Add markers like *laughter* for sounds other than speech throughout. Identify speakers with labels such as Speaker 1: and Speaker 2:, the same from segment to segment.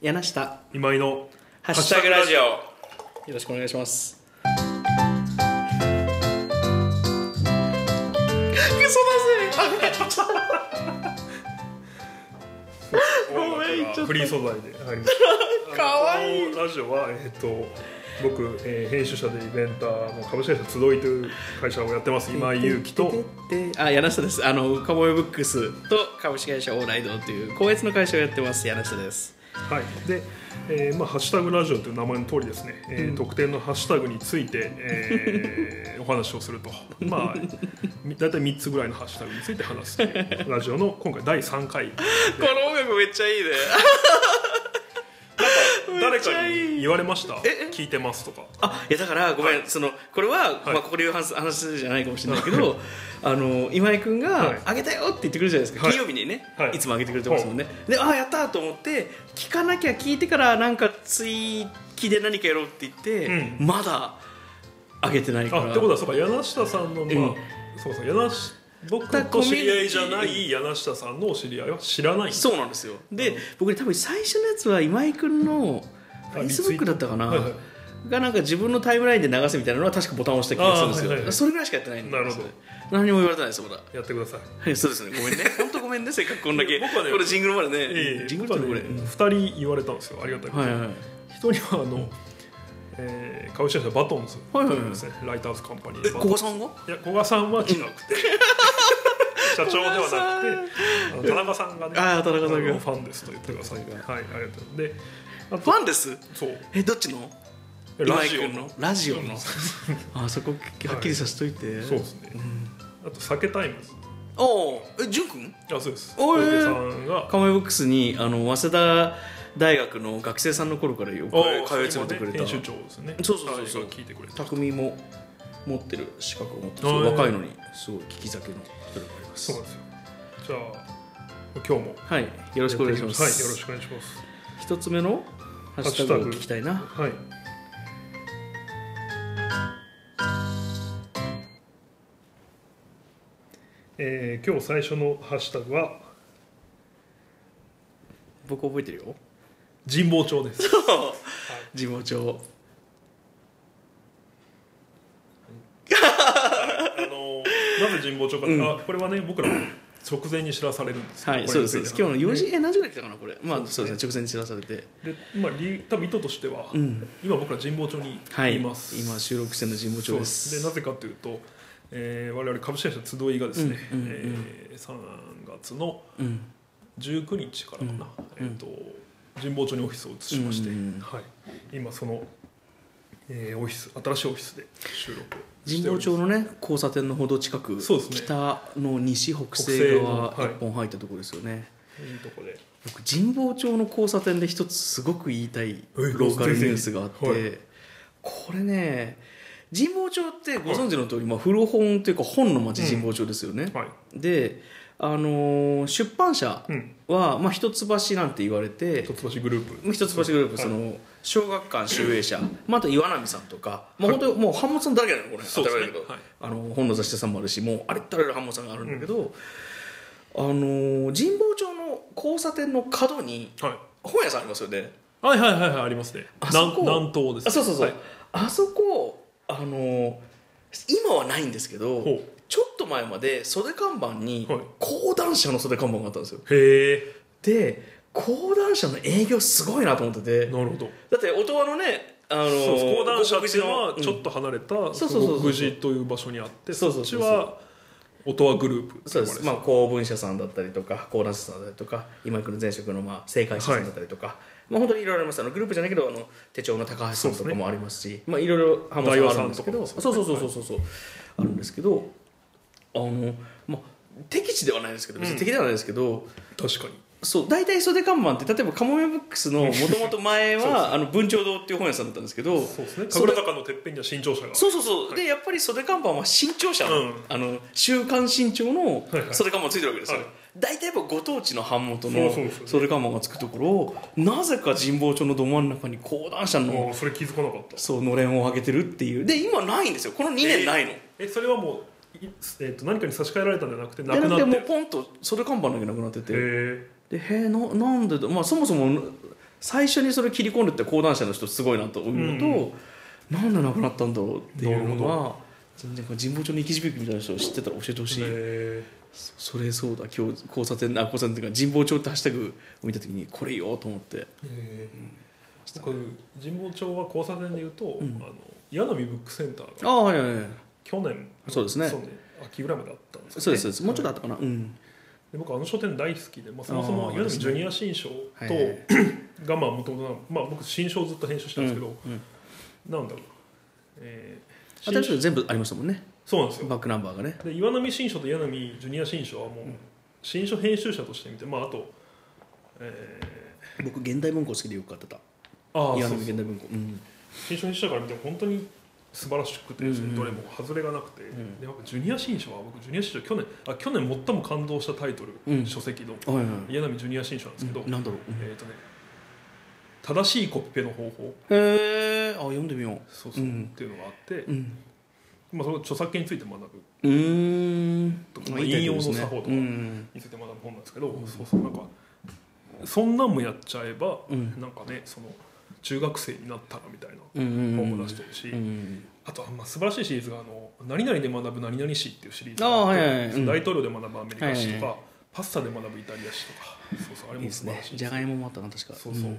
Speaker 1: 柳下
Speaker 2: 今井の
Speaker 1: ハッ
Speaker 2: シ
Speaker 1: シ
Speaker 2: ュ
Speaker 1: ュタ
Speaker 2: タグ
Speaker 1: グ
Speaker 2: ラ
Speaker 1: ラ
Speaker 2: ジ
Speaker 1: ジ
Speaker 2: オ
Speaker 1: オよろしくお願いしますクソだぜごめん言っちゃった
Speaker 2: フリー素材で入りました
Speaker 1: かわいい
Speaker 2: あのこのラジオは、えっと僕、えー編集者でイベンターの株式会社集いという会社をやってます今井祐希と
Speaker 1: あ柳下ですあのカモメブックスと株式会社オーライドという高越の会社をやってます柳下です
Speaker 2: はい、で、えーまあ、ハッシュタグラジオという名前の通りですね、えー特典のハッシュタグについて、えーお話を
Speaker 1: *laughs*
Speaker 2: すると、まあ、み大体3つぐらいのハッシュタグについて話すというラジオの今回第3回
Speaker 1: *laughs* この音楽めっちゃいいね
Speaker 2: 誰かに言われました聞いてますとか
Speaker 1: あいやだからごめん、
Speaker 2: はい
Speaker 1: そのこれは、
Speaker 2: はい
Speaker 1: まあ、ここで言う話話じゃないかもしれないけどあの今井君が、
Speaker 2: はい
Speaker 1: あげたよ」って言ってくるじゃないですか、
Speaker 2: はい
Speaker 1: 金曜日にね、
Speaker 2: はい
Speaker 1: い、つもあげてくれてますもんね、でああやったと思って聞かなきゃ聞いてからなんか追記で何かやろうって言って、
Speaker 2: う
Speaker 1: まだあげてないから
Speaker 2: あってことはそうか柳下さんの、まあ
Speaker 1: うん
Speaker 2: そうそう柳下僕と知り合いじゃない柳下さんのお知り合いは知らない
Speaker 1: そうなんですよで、僕ね多分最初のやつは今井君のフ
Speaker 2: あ
Speaker 1: ェ
Speaker 2: リ
Speaker 1: イ
Speaker 2: ツ
Speaker 1: ス
Speaker 2: イ
Speaker 1: ブ
Speaker 2: ー
Speaker 1: ックだった
Speaker 2: ト
Speaker 1: かな、
Speaker 2: はいはい
Speaker 1: がなんか自分のタイムラインで流すみたいなのは確かボタンを押した気がするんですよ、
Speaker 2: あはいはいはい
Speaker 1: それぐらいしかやってないんです
Speaker 2: なるほど
Speaker 1: 何にも言われてないですまだ
Speaker 2: やってください
Speaker 1: はい、そうですね。ごめんね。 *laughs* 本当ごめんね。せっかくこんだけ。
Speaker 2: 僕はね
Speaker 1: これジングルまでね。
Speaker 2: ええ
Speaker 1: ジングルっ
Speaker 2: 僕は
Speaker 1: てこれ。
Speaker 2: ね
Speaker 1: うん
Speaker 2: 2人言われたんですよありがたいことに
Speaker 1: はいはい。
Speaker 2: 一人はあの、えー、株式会社バトンズ
Speaker 1: はいはいはい
Speaker 2: とうですね、ライターズカンパニー
Speaker 1: え、
Speaker 2: バ
Speaker 1: 古
Speaker 2: トン
Speaker 1: 賀さんが
Speaker 2: いや古賀さんは違くて社長ではなくてあの田中さんがね
Speaker 1: あー田中さんが
Speaker 2: あのファンですと言ってくださいはいありがとうであ
Speaker 1: フ
Speaker 2: と
Speaker 1: ァンです。
Speaker 2: そう
Speaker 1: え、どっちの
Speaker 2: ラジ
Speaker 1: 今
Speaker 2: オ
Speaker 1: 井君
Speaker 2: の
Speaker 1: ラジオの。あ、そこはっきりさせといて。
Speaker 2: そうですね、あと酒タイムズ
Speaker 1: おお。え、淳君
Speaker 2: あそうです
Speaker 1: お
Speaker 2: 小
Speaker 1: ー
Speaker 2: 池さんが
Speaker 1: カモメブックスに、あの、早稲田大学の学生さんの頃からよく
Speaker 2: お
Speaker 1: 通い詰めてくれた
Speaker 2: 今ね編。集長ですね
Speaker 1: そうそうそうそう
Speaker 2: はいが聞いてくれて
Speaker 1: 匠も持ってる資格を持ってる。
Speaker 2: あー
Speaker 1: 若いのに、すごい聞き酒の人でもありま
Speaker 2: そ
Speaker 1: す
Speaker 2: うな。んですよじゃあ今日もよ
Speaker 1: はい。よろしくお願いします。
Speaker 2: はいよろしくお願いします
Speaker 1: 一つ目のハッシュタグを聞きたいな。
Speaker 2: はい。えー、今日最初のハッシュタグは
Speaker 1: 僕覚えてるよ
Speaker 2: 神保町
Speaker 1: *laughs*
Speaker 2: です。
Speaker 1: 神保町
Speaker 2: あのーなぜ神保町か、
Speaker 1: うん
Speaker 2: あこれはね僕らも直前に知らされるんですよ。
Speaker 1: はい
Speaker 2: こ
Speaker 1: そ
Speaker 2: れ
Speaker 1: うで
Speaker 2: につ
Speaker 1: す
Speaker 2: い
Speaker 1: そう
Speaker 2: て
Speaker 1: です今日の4時、え何時ぐらい来たかなこれまあ
Speaker 2: そ
Speaker 1: そうう
Speaker 2: で
Speaker 1: ですね直前に知らされて
Speaker 2: でまあ理多分意図としては、
Speaker 1: うん
Speaker 2: 今僕ら神保町に
Speaker 1: はい
Speaker 2: います。
Speaker 1: 今収録してるの神保町
Speaker 2: そう
Speaker 1: で
Speaker 2: です
Speaker 1: す
Speaker 2: でなぜかというと、えー、我々株式会社集いがですね、
Speaker 1: うんうんうん
Speaker 2: えー、3月の
Speaker 1: うん
Speaker 2: 19日からかな、
Speaker 1: うん
Speaker 2: えー、と神保町にオフィスを移しまして、
Speaker 1: うん
Speaker 2: はい、今その、えーオフィス新しいオフィスで収録をし
Speaker 1: 神
Speaker 2: て
Speaker 1: 保
Speaker 2: おります
Speaker 1: 町のね交差点のほど近く、
Speaker 2: そうですね
Speaker 1: 北の西北
Speaker 2: 北西
Speaker 1: 西
Speaker 2: の
Speaker 1: 側
Speaker 2: はい
Speaker 1: 一本入ったところですよね、
Speaker 2: いいとこで
Speaker 1: 僕神保町の交差点で一つすごく言いたいローカルニュースがあって、
Speaker 2: はい
Speaker 1: これね神保町ってご存知の通り、まあ、古本というか本の町神保町ですよね、
Speaker 2: はい
Speaker 1: で、あのー出版社
Speaker 2: うん
Speaker 1: は、まあ、一橋なんて言われて
Speaker 2: 一橋グループ
Speaker 1: 一橋グループ
Speaker 2: はい
Speaker 1: その小学館集英社、まあ、あと岩波さんとか、まあ、本当にもう版本さんだらけなのこれ
Speaker 2: そうですね
Speaker 1: 当たり前だけど
Speaker 2: はい
Speaker 1: あの本の雑誌さんもあるしもうあれったら版本さんがあるんだけど、あのー神保町の交差点の角に
Speaker 2: はい
Speaker 1: 本屋さんありますよね
Speaker 2: はいはいはいはいありますね
Speaker 1: あ
Speaker 2: 南
Speaker 1: そこ
Speaker 2: 南東です
Speaker 1: あそうそうそう、
Speaker 2: はい
Speaker 1: あそこあのー今はないんですけど
Speaker 2: ほ
Speaker 1: ちょっと前まで袖看板に
Speaker 2: はい
Speaker 1: 講談社の袖看板があったんですよ
Speaker 2: うへえ
Speaker 1: で講談社の営業すごいなと思っててだ
Speaker 2: なるほど
Speaker 1: って音羽のねあの
Speaker 2: そうです講談社っていうの
Speaker 1: ご
Speaker 2: は
Speaker 1: 告知
Speaker 2: ちょっと離れた
Speaker 1: そうそうそうそう
Speaker 2: 国寺という場所にあって
Speaker 1: そ
Speaker 2: そう
Speaker 1: そ
Speaker 2: っ
Speaker 1: う
Speaker 2: ち
Speaker 1: そうそう
Speaker 2: は音羽グループ
Speaker 1: そうです、まあ、公文社さんだったりとか講談社さんだったりとか今井君の前職のまあ正解者さんだったりとか、まあ本当にいろいろありますあのグループじゃないけどあの手帳の高橋さんとかもありますしまあいろいろ浜
Speaker 2: 大和
Speaker 1: さんある
Speaker 2: さん
Speaker 1: んで
Speaker 2: と
Speaker 1: す
Speaker 2: か
Speaker 1: け
Speaker 2: も
Speaker 1: どそうそうそうそうそうそうあるんですけどあのまあ敵地ではないですけど別に敵ではないですけど、
Speaker 2: 確かに
Speaker 1: そう大体袖看板って例えばカモメブックスのもともと前
Speaker 2: *laughs* そうそう
Speaker 1: はあの文鳥堂っていう本屋さんだったんですけど
Speaker 2: そうですね
Speaker 1: それ
Speaker 2: 神楽坂のてっぺんには新庁舎が
Speaker 1: そうそうそう、でやっぱり袖看板は新潮社の,、
Speaker 2: うん
Speaker 1: あの週刊新潮の
Speaker 2: はいはい
Speaker 1: 袖看板ついてるわけですよ、
Speaker 2: はい
Speaker 1: 大体やっぱご当地の版元
Speaker 2: そう
Speaker 1: の
Speaker 2: そうそう
Speaker 1: 袖看板がつくところをなぜか神保町のど真ん中に講談社の、
Speaker 2: ああそれ気づかなかった
Speaker 1: そうのれんを上げてるっていうで今ないんですよこの2
Speaker 2: えー
Speaker 1: 年ないの、
Speaker 2: えそれはもう、いえっと何かに差し替えられたんじゃなくてな
Speaker 1: で
Speaker 2: く
Speaker 1: な
Speaker 2: なっ
Speaker 1: く
Speaker 2: て
Speaker 1: てもう
Speaker 2: る
Speaker 1: ポンと袖看板だけなくなってて
Speaker 2: へえ
Speaker 1: でへえななんでだ、まあ、そもそも最初にそれ切り込んでって講談社の人すごいなと思うのと、
Speaker 2: うん
Speaker 1: なんでなくなったんだろうっていうの
Speaker 2: なる
Speaker 1: は全然この神保町の生き字引みたいな人を知ってたら教えてほしい、
Speaker 2: え
Speaker 1: それそうだ今日交差点あ交差点っていうか神保町ってハッシュタグを見た時にこれよと思って
Speaker 2: え僕神保町は交差点でいうと、
Speaker 1: ん
Speaker 2: あの柳ブックセンターが
Speaker 1: ああはいはいはい
Speaker 2: 去年
Speaker 1: そうですね
Speaker 2: 秋ぐらいまであったんですよね
Speaker 1: そうですそうですもうちょっとあ
Speaker 2: は
Speaker 1: ったかなうん
Speaker 2: いで僕あの書店大好きで、まあ、そもそ
Speaker 1: あ
Speaker 2: も
Speaker 1: ー
Speaker 2: 柳ジュニア新書と、
Speaker 1: はいはいはい
Speaker 2: がまあもともとまあ僕新書をずっと編集したんですけど、
Speaker 1: うんうん
Speaker 2: なんだろう、えー
Speaker 1: 新しい
Speaker 2: 新
Speaker 1: の
Speaker 2: 書
Speaker 1: 全部ありましたもんね
Speaker 2: そうなんですよ
Speaker 1: バックナンバーがね
Speaker 2: で岩波新書と岩波ジュニア新書はもう新書編集者として見てまああと、え
Speaker 1: 僕現代文庫好きでよく買ってた
Speaker 2: ー、ああ
Speaker 1: 岩
Speaker 2: そ
Speaker 1: 波
Speaker 2: うそう
Speaker 1: 現代文庫うん
Speaker 2: 新書編集者から見ても本当に素晴らしくて、
Speaker 1: うんうん
Speaker 2: どれも外れがなくて、でやっぱジュニア新書は僕ジュニア新書去年あ去年最も感動したタイトル、
Speaker 1: うん
Speaker 2: 書籍の
Speaker 1: はいはいは
Speaker 2: 岩波ジュニア新書なんですけど、
Speaker 1: いなんだろううん
Speaker 2: えっ、とね正しいコピペの方法
Speaker 1: へえあ読んでみよう
Speaker 2: そうそう、
Speaker 1: うん
Speaker 2: っていうのがあって、
Speaker 1: うん
Speaker 2: まあ、その著作権について学ぶ
Speaker 1: うーん
Speaker 2: とか
Speaker 1: まあ
Speaker 2: 引用の作法とか
Speaker 1: うん
Speaker 2: について学ぶ本なんですけど、そうそうなんかそんなんもやっちゃえば、
Speaker 1: うん
Speaker 2: なんかねその中学生になったらみたいな
Speaker 1: うんうんうん
Speaker 2: 本も出してるし、
Speaker 1: うん
Speaker 2: あとはまあ素晴らしいシリーズがあの「何々で学ぶ何々史」っていうシリーズ
Speaker 1: ああはいはいはい
Speaker 2: って
Speaker 1: うん
Speaker 2: 大統領で学ぶアメリカ史とか、
Speaker 1: は
Speaker 2: パスタで学ぶイタリア史とかそうそうあれ
Speaker 1: いい
Speaker 2: も
Speaker 1: で
Speaker 2: 素
Speaker 1: す
Speaker 2: 晴ら
Speaker 1: ね
Speaker 2: しい
Speaker 1: じゃがいももあったな確か
Speaker 2: そうそう、
Speaker 1: ん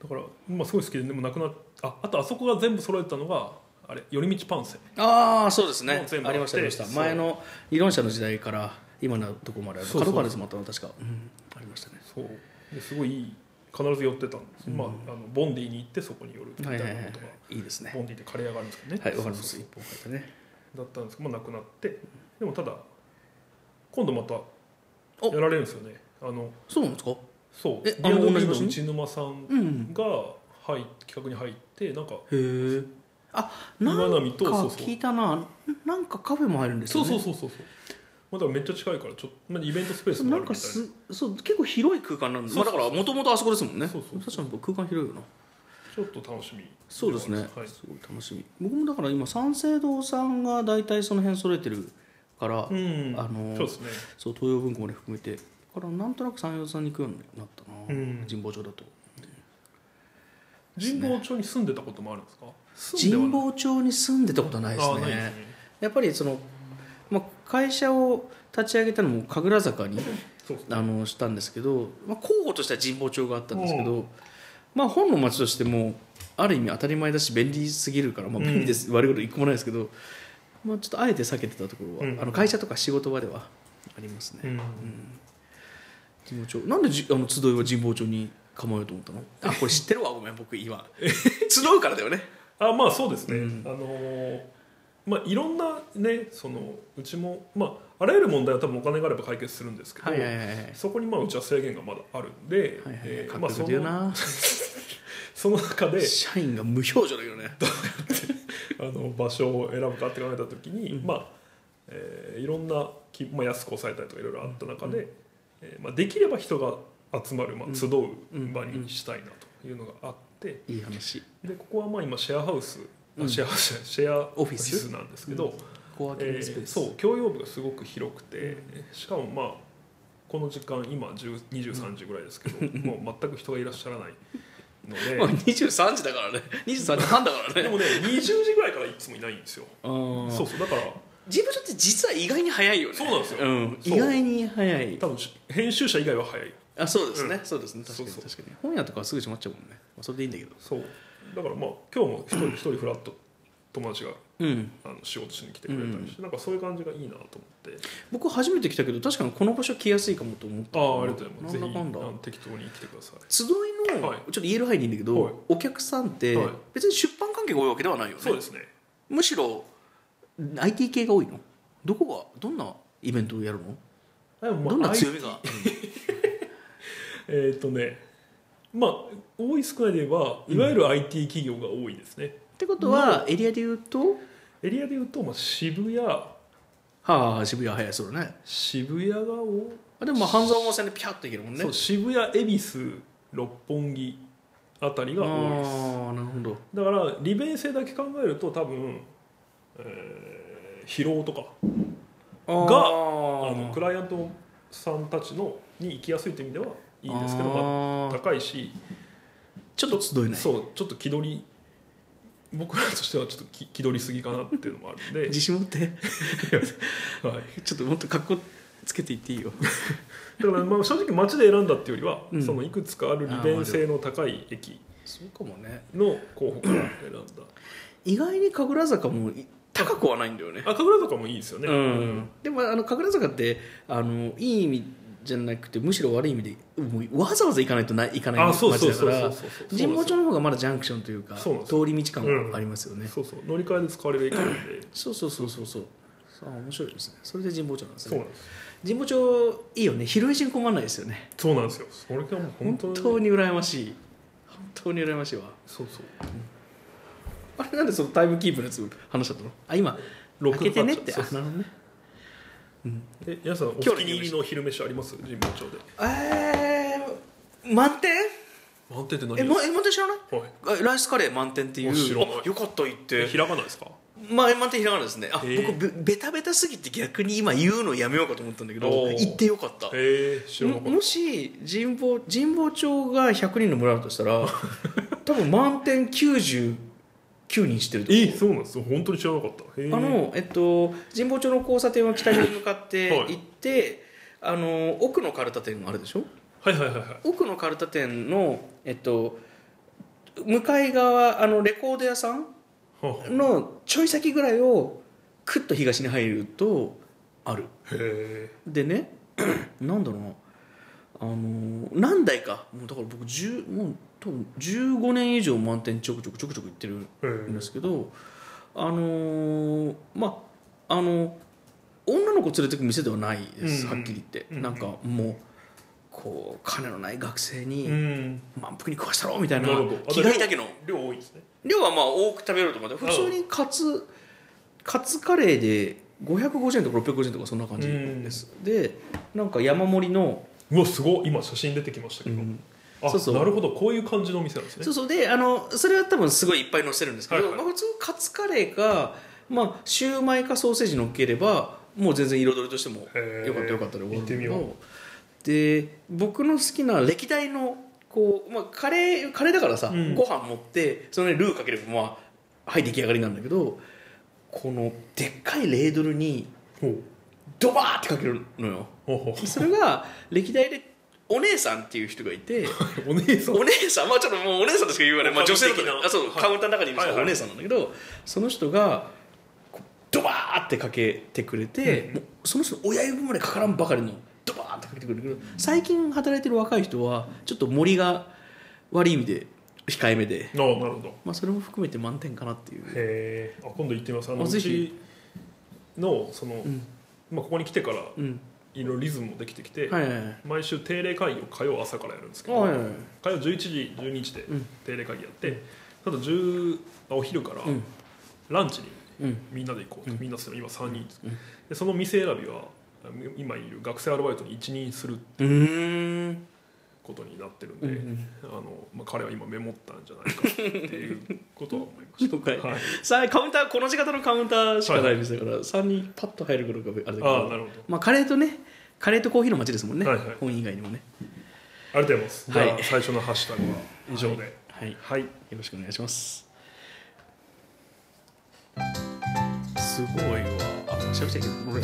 Speaker 2: だから、まあ、すごい好きででもなくなっああとあそこが全部揃えたのがあれ寄り道パンセ
Speaker 1: ああそうです
Speaker 2: も
Speaker 1: ね
Speaker 2: う全部
Speaker 1: ありましたあ
Speaker 2: あっ
Speaker 1: り
Speaker 2: て
Speaker 1: ました
Speaker 2: そう
Speaker 1: 前の理論者の時代から今のとこまである
Speaker 2: そうそう
Speaker 1: 角川ですもあったの確かうんありましたね
Speaker 2: そうですごいいい必ず寄ってたんです、まあ、あのボンディに行ってそこに寄るみた
Speaker 1: はいい
Speaker 2: な
Speaker 1: はいはい
Speaker 2: ことが、
Speaker 1: いいですね
Speaker 2: ボンディってカレー屋があるんですけどね
Speaker 1: はいわかりま
Speaker 2: そ
Speaker 1: す
Speaker 2: う
Speaker 1: 一本書いたね
Speaker 2: そうだったんですけど、まあ、なくなってでもただ今度また
Speaker 1: お
Speaker 2: やられるんですよねあの
Speaker 1: そうなんですか
Speaker 2: そう
Speaker 1: え
Speaker 2: B&B
Speaker 1: あの同じ場所
Speaker 2: の
Speaker 1: に
Speaker 2: 内沼さん
Speaker 1: うん
Speaker 2: が入企画に入ってなんか
Speaker 1: へえあなんか
Speaker 2: 岩波とそうそう
Speaker 1: 聞いたななんかカフェも入るんです
Speaker 2: そ
Speaker 1: よ
Speaker 2: う
Speaker 1: ね
Speaker 2: そうそうそうそうまあだからめっちゃ近いからちょっと、まあ、イベントスペースも
Speaker 1: な
Speaker 2: あ
Speaker 1: ん
Speaker 2: るみた
Speaker 1: か
Speaker 2: いな
Speaker 1: すそう結構広い空間なんで
Speaker 2: そうそう
Speaker 1: まあ、だからもともとあそこですもんね
Speaker 2: そうそう
Speaker 1: 確かに空間広いよな
Speaker 2: ちょっと楽しみ
Speaker 1: そうですね、
Speaker 2: はい、
Speaker 1: すごい楽しみ僕もだから今三省堂さんが大体その辺揃えてるから、
Speaker 2: うん
Speaker 1: あのー
Speaker 2: そうですね
Speaker 1: そう東洋文庫まで含めてだからなんとなく山陽さんに行くようになったな、
Speaker 2: うん
Speaker 1: 神保町だと
Speaker 2: 神保町に住んでたこともあるんですか住んで
Speaker 1: 神
Speaker 2: はない
Speaker 1: 保町に住んでたことないです
Speaker 2: あ
Speaker 1: ね
Speaker 2: ないですね
Speaker 1: やっぱりその、まあ、会社を立ち上げたのも神楽坂に
Speaker 2: そうですね
Speaker 1: あのしたんですけど、まあ、候補としては神保町があったんですけど、まあ、本の町としてもある意味当たり前だし便利すぎるから、まあ、便利です、悪いこと一個もないですけど、まあ、ちょっとあえて避けてたところは、
Speaker 2: うん
Speaker 1: あの会社とか仕事場ではありますね
Speaker 2: うん
Speaker 1: 神保町なんでじあの集いは神保町に構えようと思ったの *laughs* あこれ知ってるわごめん僕今 *laughs* 集うからだよね
Speaker 2: あまあそうですね、
Speaker 1: うん
Speaker 2: あのーまあいろんなねそのうちもまああらゆる問題は多分お金があれば解決するんですけど、
Speaker 1: はいはいはいはいはい
Speaker 2: そこにまあうちは制限がまだあるんで、
Speaker 1: はい
Speaker 2: え
Speaker 1: か
Speaker 2: ー
Speaker 1: っ
Speaker 2: ま
Speaker 1: こよ
Speaker 2: あそ
Speaker 1: く言う
Speaker 2: の
Speaker 1: な
Speaker 2: その中で
Speaker 1: 社員が無表情だけど *laughs* ね
Speaker 2: あの場所を選ぶかって考えた時に、まあ、えーいろんなき、まあ、安く抑えたりとかいろいろあった中で、えーまあ、できれば人が集まる、まあ、集う場にしたいなというのがあって、
Speaker 1: いい話
Speaker 2: でここはまあ今シェアハウス、あ
Speaker 1: うん
Speaker 2: シェアハウスじゃないシェア
Speaker 1: オフィス
Speaker 2: なんですけど、
Speaker 1: コワーキン
Speaker 2: え
Speaker 1: グスペ
Speaker 2: ー
Speaker 1: ース、
Speaker 2: そう共用部がすごく広くて、しかもまあこの時間今10 23時ぐらいですけど、もう全く人がいらっしゃらないの
Speaker 1: *laughs* まあ、
Speaker 2: で。
Speaker 1: 23時だからね23時半だから
Speaker 2: で
Speaker 1: ね
Speaker 2: もね20時ぐらいからいつもいないんですよ
Speaker 1: *laughs* うん
Speaker 2: そうそうだから
Speaker 1: 事務所って実は意外に早いよね
Speaker 2: そうなんですよ
Speaker 1: ん
Speaker 2: そう
Speaker 1: 意外に早い
Speaker 2: 多分編集者以外は早い
Speaker 1: あそうですね、そうですね確か
Speaker 2: そう
Speaker 1: に
Speaker 2: そう
Speaker 1: 確かに本屋とかはすぐ閉まっちゃうもんね、まあ、それでいいんだけど
Speaker 2: そうだからまあ今日も一人一人フラット友達が
Speaker 1: うん
Speaker 2: あの仕事しに来てくれたりして、なんかそういう感じがいいなと思って
Speaker 1: 僕初めて来たけど確かにこの場所来やすいかもと思った
Speaker 2: ああありがとうござ
Speaker 1: な
Speaker 2: いますぜ
Speaker 1: ん
Speaker 2: ひ
Speaker 1: だ
Speaker 2: あ
Speaker 1: かんだ
Speaker 2: の適当に来てください
Speaker 1: 集いの、
Speaker 2: はい
Speaker 1: ちょっと言える範囲でいいんだけど、
Speaker 2: はい
Speaker 1: お客さんって
Speaker 2: はい
Speaker 1: 別に出版関係が多いわけではないよね
Speaker 2: そうですね
Speaker 1: むしろ IT 系が多いのどこがどんなイベントをやるの、
Speaker 2: でもまあ
Speaker 1: どんな
Speaker 2: I-
Speaker 1: 強みが、
Speaker 2: えっ、とねまあ多い少ないで言えばいわゆる IT 企業が多いですね、
Speaker 1: ってことはエリアで言うと
Speaker 2: エリアでいうと、まあ、渋谷
Speaker 1: はあ渋谷は早いそうだね
Speaker 2: 渋谷が多
Speaker 1: あでもまあ半蔵門線でピャッといけるもん
Speaker 2: い、
Speaker 1: ね
Speaker 2: そう渋谷恵比寿六本木あたりが多いです
Speaker 1: ああなるほど
Speaker 2: だから利便性だけ考えると多分、えー疲労とか
Speaker 1: が
Speaker 2: あのクライアントさんたちのに行きやすいという意味ではいいですけどま
Speaker 1: あ
Speaker 2: あ、
Speaker 1: ー
Speaker 2: 高いし
Speaker 1: ちょっと集えない
Speaker 2: そうちょっと気取り僕らとしてはちょっと気気取りすぎかなっていうのもあるんで
Speaker 1: 自信持って
Speaker 2: *laughs* はい、
Speaker 1: ちょっともっと格好つけていっていいよ
Speaker 2: だからまあ正直街で選んだっていうよりは、
Speaker 1: うん
Speaker 2: そのいくつかある利便性の高い駅
Speaker 1: そうかもね
Speaker 2: の候補から選んだ
Speaker 1: 意外に神楽坂もい高くはないんだよね
Speaker 2: あ神楽坂もいいですよね、
Speaker 1: うん、でもあの神楽坂ってあのいい意味じゃなくてむしろ悪い意味でもうわざわざ行かないとない行かない
Speaker 2: あそう
Speaker 1: 街
Speaker 2: そう
Speaker 1: だか
Speaker 2: そうそう
Speaker 1: ら
Speaker 2: そうそう
Speaker 1: 神保町
Speaker 2: の
Speaker 1: の方がまだジャンクションというか
Speaker 2: そうなんです
Speaker 1: 通り道感がありますよね、
Speaker 2: そうそう乗り換えで使われる駅なんで
Speaker 1: そうそうそうそうそうあ面白いですねそれで神保町なんです
Speaker 2: そう
Speaker 1: ね
Speaker 2: なんです
Speaker 1: 神保町いいよね昼飯に困らないですよね
Speaker 2: そうなんですよそれがもう本
Speaker 1: 本
Speaker 2: 当に
Speaker 1: 当に羨ましい本当に羨ましいわ
Speaker 2: そうそう
Speaker 1: あれなんでそのタイムキープのやつ話しちゃったのあ今
Speaker 2: ロッ
Speaker 1: 開
Speaker 2: ク
Speaker 1: けてねって
Speaker 2: そう
Speaker 1: あなるほどね
Speaker 2: え皆さんお気に入りの昼飯あります神保町で
Speaker 1: えー、満点
Speaker 2: 満点って何
Speaker 1: え、
Speaker 2: です
Speaker 1: ま、え満点知らない
Speaker 2: か、はい
Speaker 1: あライスカレー満点っていう
Speaker 2: あ知らない
Speaker 1: あよかった言っ
Speaker 2: え
Speaker 1: て
Speaker 2: ひらがなですか
Speaker 1: まあ満点ひらがなですねあ、
Speaker 2: へー
Speaker 1: 僕べベタベタすぎて逆に今言うのやめようかと思ったんだけど
Speaker 2: おー
Speaker 1: 言ってよかった
Speaker 2: へえ知らなか
Speaker 1: も
Speaker 2: った
Speaker 1: もし神保神保町が100人の村だとしたら
Speaker 2: *laughs*
Speaker 1: 多分満点99人してると思う
Speaker 2: えそうなんですよ本当に知らなかったへえ
Speaker 1: あの、えっと、神保町の交差点は北に向かって
Speaker 2: は
Speaker 1: 行
Speaker 2: い
Speaker 1: って、あの奥のカルタ店があるでしょ
Speaker 2: はいはいはいはい
Speaker 1: 奥のカルタ店の、えっと、向かい側あのレコード屋さん
Speaker 2: はあ
Speaker 1: のちょい先ぐらいをクッと東に入るとある
Speaker 2: へえ
Speaker 1: でね *clears throat* なんだろうなあの何台かもうだから僕10もう多分15年以上満点ちょくちょくちょくちょく行ってる
Speaker 2: へ
Speaker 1: んで
Speaker 2: え
Speaker 1: すけど、あのーまああの女の子連れてく店ではないです、
Speaker 2: うんうん
Speaker 1: はっきり言って、
Speaker 2: うんうん
Speaker 1: なんかもうこう金のない学生に
Speaker 2: うん
Speaker 1: 満腹に食わしたろみたいな
Speaker 2: なるほど
Speaker 1: 気概だけの
Speaker 2: 量多いですね
Speaker 1: 量はまあ多く食べれると思う普通にカツカツカレーで550円とか650円とかそんな感じです、でなんか山盛りの、
Speaker 2: うわすごい今写真出てきましたけど、あ
Speaker 1: そうそう
Speaker 2: なるほどこういう感じのお店なんですね
Speaker 1: そうそうであのそれは多分すごいいっぱい載せるんですけど、
Speaker 2: はいはい
Speaker 1: まあ、普通カツカレーか、まあ、シューマイかソーセージ乗っければもう全然彩りとしても
Speaker 2: へー
Speaker 1: よかったよかったで終わるんだけど
Speaker 2: 行ってみ
Speaker 1: で僕の好きな歴代のこう、まあ、カレーカレーだからさ、
Speaker 2: うん
Speaker 1: ご飯持ってその上にルーかければまあはい出来上がりなんだけどこのでっかいレードルに
Speaker 2: ほう
Speaker 1: ドバーってかけるのよ
Speaker 2: ほうほ
Speaker 1: それが歴代でお姉さんっていう人がいて
Speaker 2: うお姉さ
Speaker 1: *laughs*
Speaker 2: ん
Speaker 1: お姉さんまあちょっともうお姉さんとしか言わない、まあ、女性だとね
Speaker 2: お
Speaker 1: あそう、
Speaker 2: はい
Speaker 1: カウンターの中にいる人
Speaker 2: はい
Speaker 1: が
Speaker 2: はい
Speaker 1: お姉さんなんだけど、その人がこうドバーってかけてくれて、もうその人の親指までかからんばかりのドバーってかけてくれるけど最近働いてる若い人はちょっと森が悪い意味で控えめで、
Speaker 2: あなるほど
Speaker 1: まあ、それも含めて満点かなっていう
Speaker 2: へえあ今度行ってみますあの
Speaker 1: あ
Speaker 2: う
Speaker 1: ぜひ
Speaker 2: ちのその、
Speaker 1: ん
Speaker 2: まあ、ここに来てから
Speaker 1: うん
Speaker 2: いろいろリズムもできてきて、
Speaker 1: はいはいはい
Speaker 2: 毎週定例会議を火曜朝からやるんですけど、
Speaker 1: はいはいはい
Speaker 2: 火曜11時12時で
Speaker 1: うん
Speaker 2: 定例会議やって、ただ10あお昼から
Speaker 1: うん
Speaker 2: ランチに
Speaker 1: うん
Speaker 2: みんなで行こうと、みんなっつっても今3人です、
Speaker 1: うん
Speaker 2: でその店選びは今いる学生アルバイトに一任する
Speaker 1: うーん
Speaker 2: ことになってるん
Speaker 1: う
Speaker 2: で、
Speaker 1: ん
Speaker 2: あのまあ、彼は今メモったんじゃないかっていうことは思いま
Speaker 1: *laughs*
Speaker 2: し
Speaker 1: 了解
Speaker 2: た、はい、
Speaker 1: さあカウンターこの字型のカウンターしかない店だから、3人パッと入る頃があれだけど
Speaker 2: ああなるほど
Speaker 1: まあ、カレーとねカレーとコーヒーの街ですもんね、
Speaker 2: はいはい
Speaker 1: 本以外にもね
Speaker 2: ありがとうございます、じゃ
Speaker 1: は
Speaker 2: あ
Speaker 1: い
Speaker 2: 最初のハッシュタグは以上で
Speaker 1: はいよ
Speaker 2: はい、
Speaker 1: ろしくお願いします
Speaker 2: すごいわ
Speaker 1: あっしゃべっちゃいけない俺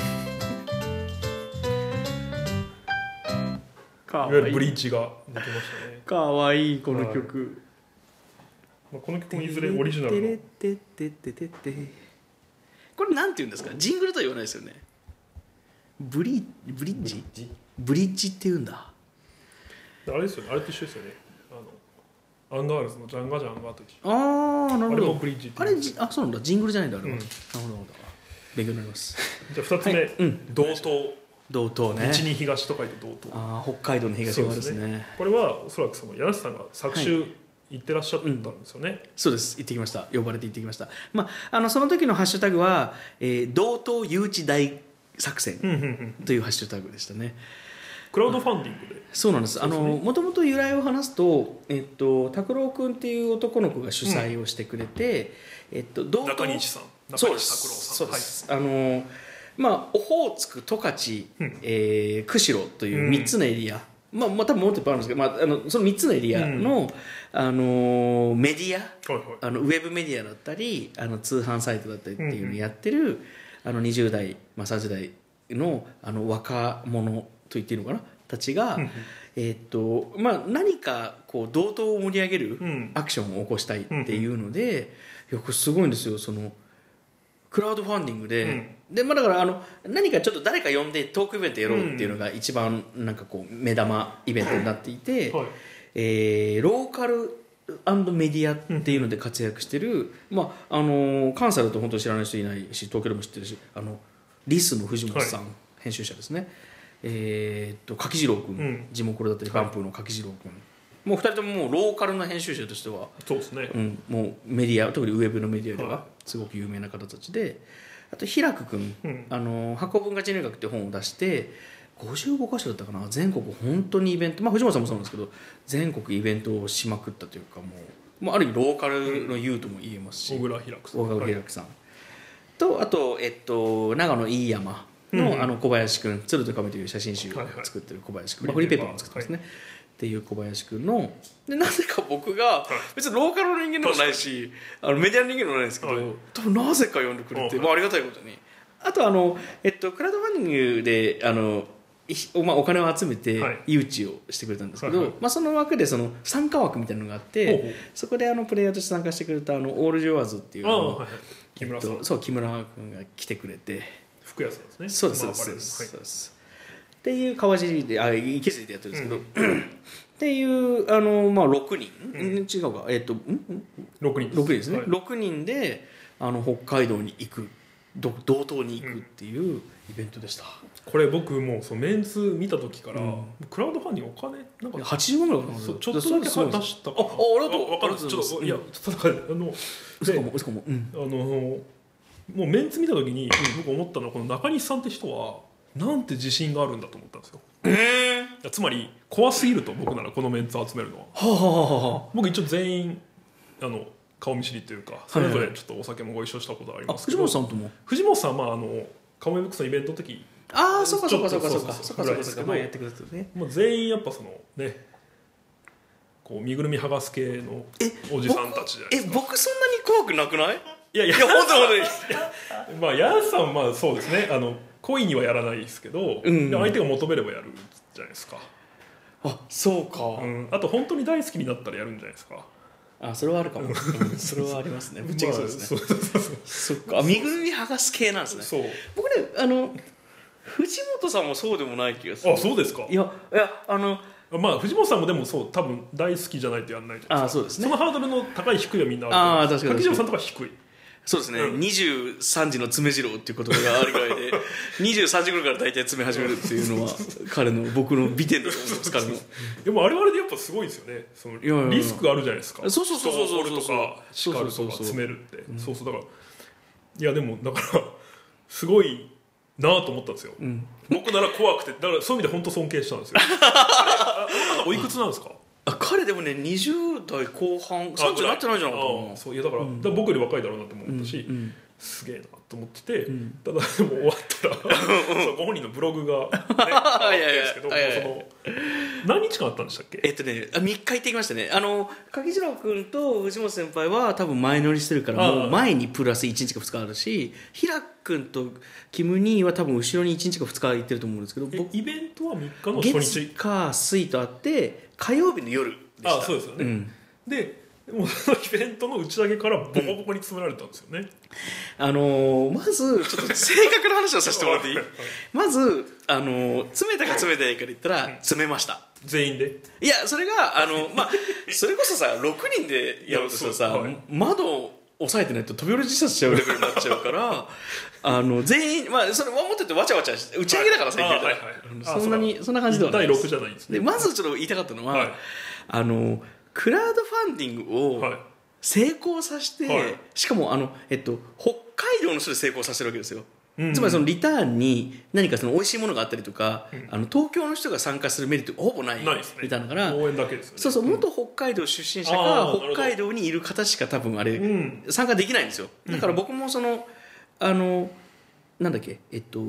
Speaker 1: か
Speaker 2: いわゆ
Speaker 1: わ
Speaker 2: る
Speaker 1: い
Speaker 2: ブ
Speaker 1: い
Speaker 2: リーチができましたね、
Speaker 1: かわいいこの曲、
Speaker 2: まあ、この曲もいずれオリジナルの
Speaker 1: てれてっててててこれなんて言うんですかジングルとは言わないですよねブリブリッジブリッジって言うんだ
Speaker 2: あれですよねあれと一緒ですよねあのアンガールズのジャンガジャンガと一
Speaker 1: ああなる
Speaker 2: 緒あ
Speaker 1: ほ
Speaker 2: れも
Speaker 1: ど
Speaker 2: ブリッジって
Speaker 1: あ
Speaker 2: 言う
Speaker 1: れ
Speaker 2: んです
Speaker 1: じあそうなんだジングルじゃないんだあれは、
Speaker 2: うん
Speaker 1: なるほどなるほど勉強になります
Speaker 2: じゃあ2つ目、
Speaker 1: はいうん
Speaker 2: 道東
Speaker 1: 同等ね
Speaker 2: 一に東と書いて道東
Speaker 1: ああ北海道の東側ですね
Speaker 2: そ
Speaker 1: そうう
Speaker 2: でこれはおそらくその柳瀬さんが昨週行ってらっしゃったんですよね、
Speaker 1: です行ってきました呼ばれて行ってきましたまああのその時のハッシュタグは「えー道東誘致大作戦
Speaker 2: うんうんうん」
Speaker 1: というハッシュタグでしたね
Speaker 2: クラウドファンディングで
Speaker 1: そうなんですあの
Speaker 2: そうですね
Speaker 1: もともと由来を話すとえっと拓郎君っていう男の子が主催をしてくれて、えっと道
Speaker 2: 中西
Speaker 1: 東
Speaker 2: さん
Speaker 1: そ
Speaker 2: 中
Speaker 1: うで
Speaker 2: 西
Speaker 1: す
Speaker 2: 拓郎さ
Speaker 1: そ
Speaker 2: ん
Speaker 1: うです、あのまあオホーツク十勝、
Speaker 2: うん
Speaker 1: えー釧路という3つのエリアまあ、まあ、多分もっといっぱいあるんですけど、まあ、あのその3つのエリアの、あのーメディア
Speaker 2: はいはい
Speaker 1: あのウェブメディアだったりあの通販サイトだったりっていうのをやってる、あの20代、まあ、30代のあの若者と言っていいのかなたちが、
Speaker 2: うん
Speaker 1: えーっとまあ、何かこう道東を盛り上げる
Speaker 2: うん
Speaker 1: アクションを起こしたいっていうので、いやこれすごいんですよそのクラウドファンディングで、でまあ、だからあの何かちょっと誰か呼んでトークイベントやろうっていうのが一番なんかこう目玉イベントになっていて。
Speaker 2: はい
Speaker 1: えーローカルメディアっていうので活躍してる、まああのー関西だと本当に知らない人いないし東京でも知ってるしあのリスの藤本さん、編集者ですねえーっと柿次郎君、
Speaker 2: うん
Speaker 1: 地元だったりバンプーの柿次郎君、もう2人とももうローカルな編集者としては、
Speaker 2: そうですね
Speaker 1: うん、もうメディア特にウェブのメディアで
Speaker 2: は
Speaker 1: はすごく有名な方たちであと平久君
Speaker 2: うん
Speaker 1: あの箱文化知入学って本を出して55箇所だったかな全国本当にイベント、まあ、藤本さんもそうなんですけど全国イベントをしまくったというかもう、まあ、ある意味ローカルの優とも言えますし
Speaker 2: 小倉平子さん
Speaker 1: 大川
Speaker 2: はい
Speaker 1: 平久さん、とあと、えっと、長野飯山の,、
Speaker 2: うん
Speaker 1: あの小林君「鶴と亀」という写真集を
Speaker 2: はいはい
Speaker 1: 作ってる小林
Speaker 2: フ
Speaker 1: 君、ま
Speaker 2: リー
Speaker 1: あフリーペーパーも作ってますね、っていう小林君のでなぜか僕が別にローカルの人間でもないしあのメディアの人間でもないんですけど、
Speaker 2: はい
Speaker 1: 多分なぜか呼んでくれて、
Speaker 2: うん
Speaker 1: まあ、ありがたいことにあとあの、えっと、クラウドファンディングであのいまあ、お金を集めて
Speaker 2: はい
Speaker 1: 誘致をしてくれたんですけど、
Speaker 2: はいはい
Speaker 1: まあ、その枠でその参加枠みたいなのがあっ
Speaker 2: ほうほう
Speaker 1: てそこであのプレイヤーとして参加してくれたあのオール・ジョアーズっていうあ
Speaker 2: ああ
Speaker 1: の
Speaker 2: はいはい木村さ
Speaker 1: え
Speaker 2: ん
Speaker 1: っとそう木村君が来てくれて
Speaker 2: 服屋さんですね
Speaker 1: そうですそ
Speaker 2: ま
Speaker 1: う
Speaker 2: あ
Speaker 1: ですそうで
Speaker 2: バ
Speaker 1: すそうで
Speaker 2: レエの
Speaker 1: すっていう川尻であ池尻でやってるんですけど、 *clears throat* っていうあの、まあ、6人、ん違うかえっ、とんん
Speaker 2: はい6
Speaker 1: 6
Speaker 2: 人
Speaker 1: 人ですね、
Speaker 2: はい
Speaker 1: 6人であの北海道に行くど道東に行くっていうイベントでした、
Speaker 2: これ僕もうそのメンツ見た時から
Speaker 1: うん
Speaker 2: クラウドファンディングお金なんか
Speaker 1: 80万ぐらいかな
Speaker 2: そうちょっとだけ出
Speaker 1: そうそう
Speaker 2: した
Speaker 1: ああありがとう
Speaker 2: わかる
Speaker 1: ありがとう
Speaker 2: ちょ
Speaker 1: ご
Speaker 2: っ
Speaker 1: ざいます
Speaker 2: といやちょっとなんかあの
Speaker 1: 嘘か
Speaker 2: で
Speaker 1: も嘘かもうん
Speaker 2: あのもうメンツ見た時に僕思ったのはこの中西さんって人はなんて自信があるんだと思ったんですよいやつまり怖すぎると僕ならこのメンツ集めるのは
Speaker 1: はあはあはあは
Speaker 2: 僕一応全員あの顔見知りというかそれぞれちょっとお酒もご一緒したことあり
Speaker 1: ああ
Speaker 2: ますけ
Speaker 1: 藤
Speaker 2: ど、
Speaker 1: 本さんとも
Speaker 2: 藤本さんはまああのカモメブックスのイベントの時
Speaker 1: ああそうかそうかそうかそうか
Speaker 2: ちょっと
Speaker 1: そう
Speaker 2: そうそ
Speaker 1: か
Speaker 2: う
Speaker 1: そう
Speaker 2: ぐら
Speaker 1: かそ
Speaker 2: いです
Speaker 1: う
Speaker 2: け
Speaker 1: か
Speaker 2: ど
Speaker 1: 前やってくれてたね
Speaker 2: もう全員やっぱそのねこう身ぐるみ剥がす系のおじさんたちじゃない
Speaker 1: え僕そんなに怖くなくない
Speaker 2: いやい
Speaker 1: い
Speaker 2: や
Speaker 1: や本当に
Speaker 2: まあヤンさんはまあそうですねあの恋にはやらないですけど、
Speaker 1: うん
Speaker 2: で相手が求めればやるじゃないですか、
Speaker 1: *laughs* あそうか、
Speaker 2: うん、あと本当に大好きになったらやるんじゃないですか
Speaker 1: あそれはあるか *laughs* も、それはありますねぶっちゃけそうですね、
Speaker 2: まあそうそうそう
Speaker 1: そっかあ身ぐるみ剥がす系なんですね
Speaker 2: そう
Speaker 1: 僕ねあの藤本さんもそうでもない気がする
Speaker 2: あそうですか
Speaker 1: いやいやあの
Speaker 2: まあ藤本さんもでもそう多分大好きじゃないとやんないじゃない
Speaker 1: あそうですね
Speaker 2: そのハードルの高い低いはみんな
Speaker 1: あー確かに
Speaker 2: 柿島さんとか低い
Speaker 1: そうですね、
Speaker 2: うん
Speaker 1: 23時の詰め次郎っていう言葉があるぐら *laughs* いで23時頃から大体詰め始めるっていうのは彼の僕の美点だと思います彼の
Speaker 2: でもあれはあれでやっぱすごいですよねその
Speaker 1: いやいや
Speaker 2: リスクあるじゃないですか
Speaker 1: そうそうそうそうそうそう
Speaker 2: 人を折るとか叱る
Speaker 1: そうそうそ
Speaker 2: とか
Speaker 1: うそう
Speaker 2: 詰めるってそうそうだからいやでもだからすごいなあと思ったんですよ、
Speaker 1: ん
Speaker 2: 僕なら怖くてだからそういう意味で本当尊敬した
Speaker 1: *laughs*
Speaker 2: んですよああなたおいくつなんですか
Speaker 1: あ彼でもね20代後半30になってないんじゃなかったか
Speaker 2: あ
Speaker 1: な
Speaker 2: そういやだから,、だから僕より若いだろうなとも思ったし、
Speaker 1: うんうん
Speaker 2: すげえなと思ってて、ただでも終わったら
Speaker 1: *laughs*
Speaker 2: そうご本人のブログが、ね、あったんですけど
Speaker 1: いやいやいや
Speaker 2: もうその何日間あったんでしたっけ
Speaker 1: えっとね、あ3日行ってきましたねあの柿次郎君と藤本先輩は多分前乗りしてるから
Speaker 2: ああ
Speaker 1: もう前にプラス1日か2日あるし平君とキム・ニーは多分後ろに1日か2日行ってると思うんですけど
Speaker 2: え
Speaker 1: 僕
Speaker 2: イベントは3日の初
Speaker 1: 月
Speaker 2: 日
Speaker 1: か水とあって火曜日の夜でした
Speaker 2: あそうですよね、
Speaker 1: ん
Speaker 2: でもうそのイベントの打ち上げからボコボコに詰められたんですよね、
Speaker 1: あのーまずちょっと正確な話をさせてもらっていいまず、あのー詰めたか詰めてないかで言ったら詰めました
Speaker 2: 全員で
Speaker 1: いやそれがあ
Speaker 2: *laughs*
Speaker 1: の、まあ、それこそさ6人でやろうとしたらさ、
Speaker 2: いやそうはい
Speaker 1: 窓を押さえてないと飛び降り自殺しちゃうレベルになっちゃうから
Speaker 2: *laughs*
Speaker 1: あの全員、まあ、それはもっと言ってわちゃわちゃして打ち上げだからさ、
Speaker 2: はい
Speaker 1: 言って
Speaker 2: あはいはい
Speaker 1: みた
Speaker 2: あ
Speaker 1: らそんなにそんな感じではない
Speaker 2: 第
Speaker 1: で
Speaker 2: 6
Speaker 1: す
Speaker 2: じゃないんですね
Speaker 1: でまずちょっと言いたかったのは、
Speaker 2: はい
Speaker 1: あのクラウドファンディングを、
Speaker 2: はい
Speaker 1: 成功させて、
Speaker 2: はい
Speaker 1: しかもあの、えっと、北海道の人で成功させてるわけですよ、
Speaker 2: うん
Speaker 1: つまりそのリターンに何かその美味しいものがあったりとか、あの東京の人が参加するメリットがほぼない
Speaker 2: ないですね
Speaker 1: みたいなのから
Speaker 2: 応援だけですよね
Speaker 1: そうそう元北海道出身者
Speaker 2: あーな
Speaker 1: が
Speaker 2: るほど
Speaker 1: 北海道にいる方しか多分あれ、
Speaker 2: ん
Speaker 1: 参加できないんですよだから僕もそのあのなんだっけえっと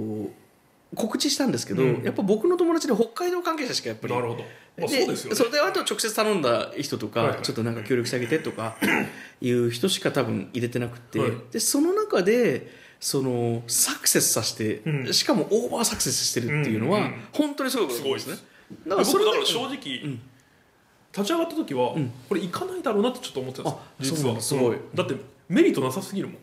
Speaker 1: 告知したんですけど、
Speaker 2: うん
Speaker 1: やっぱ僕の友達で北海道関係者しかやっぱり
Speaker 2: なるほど、まあ、そうですよね
Speaker 1: それであと直接頼んだ人とか、
Speaker 2: はいはい
Speaker 1: ちょっとなんか協力してあげてと
Speaker 2: *clears throat*
Speaker 1: かいう人しか多分入れてなくて、
Speaker 2: はい
Speaker 1: でその中でそのサクセスさせて、
Speaker 2: うん
Speaker 1: しかもオーバーサクセスしてるっていうのは、
Speaker 2: うんうん
Speaker 1: 本当にすごいこと
Speaker 2: す
Speaker 1: だと
Speaker 2: ごい
Speaker 1: 思うん
Speaker 2: ですね
Speaker 1: だからそれ
Speaker 2: 僕
Speaker 1: で
Speaker 2: だから正直、
Speaker 1: うん
Speaker 2: 立ち上がった時は、
Speaker 1: うん
Speaker 2: これいかないだろうなってちょっと思ってたんです
Speaker 1: あ
Speaker 2: よ実
Speaker 1: そう
Speaker 2: は
Speaker 1: なんだすごい
Speaker 2: だってメリットなさすぎるもん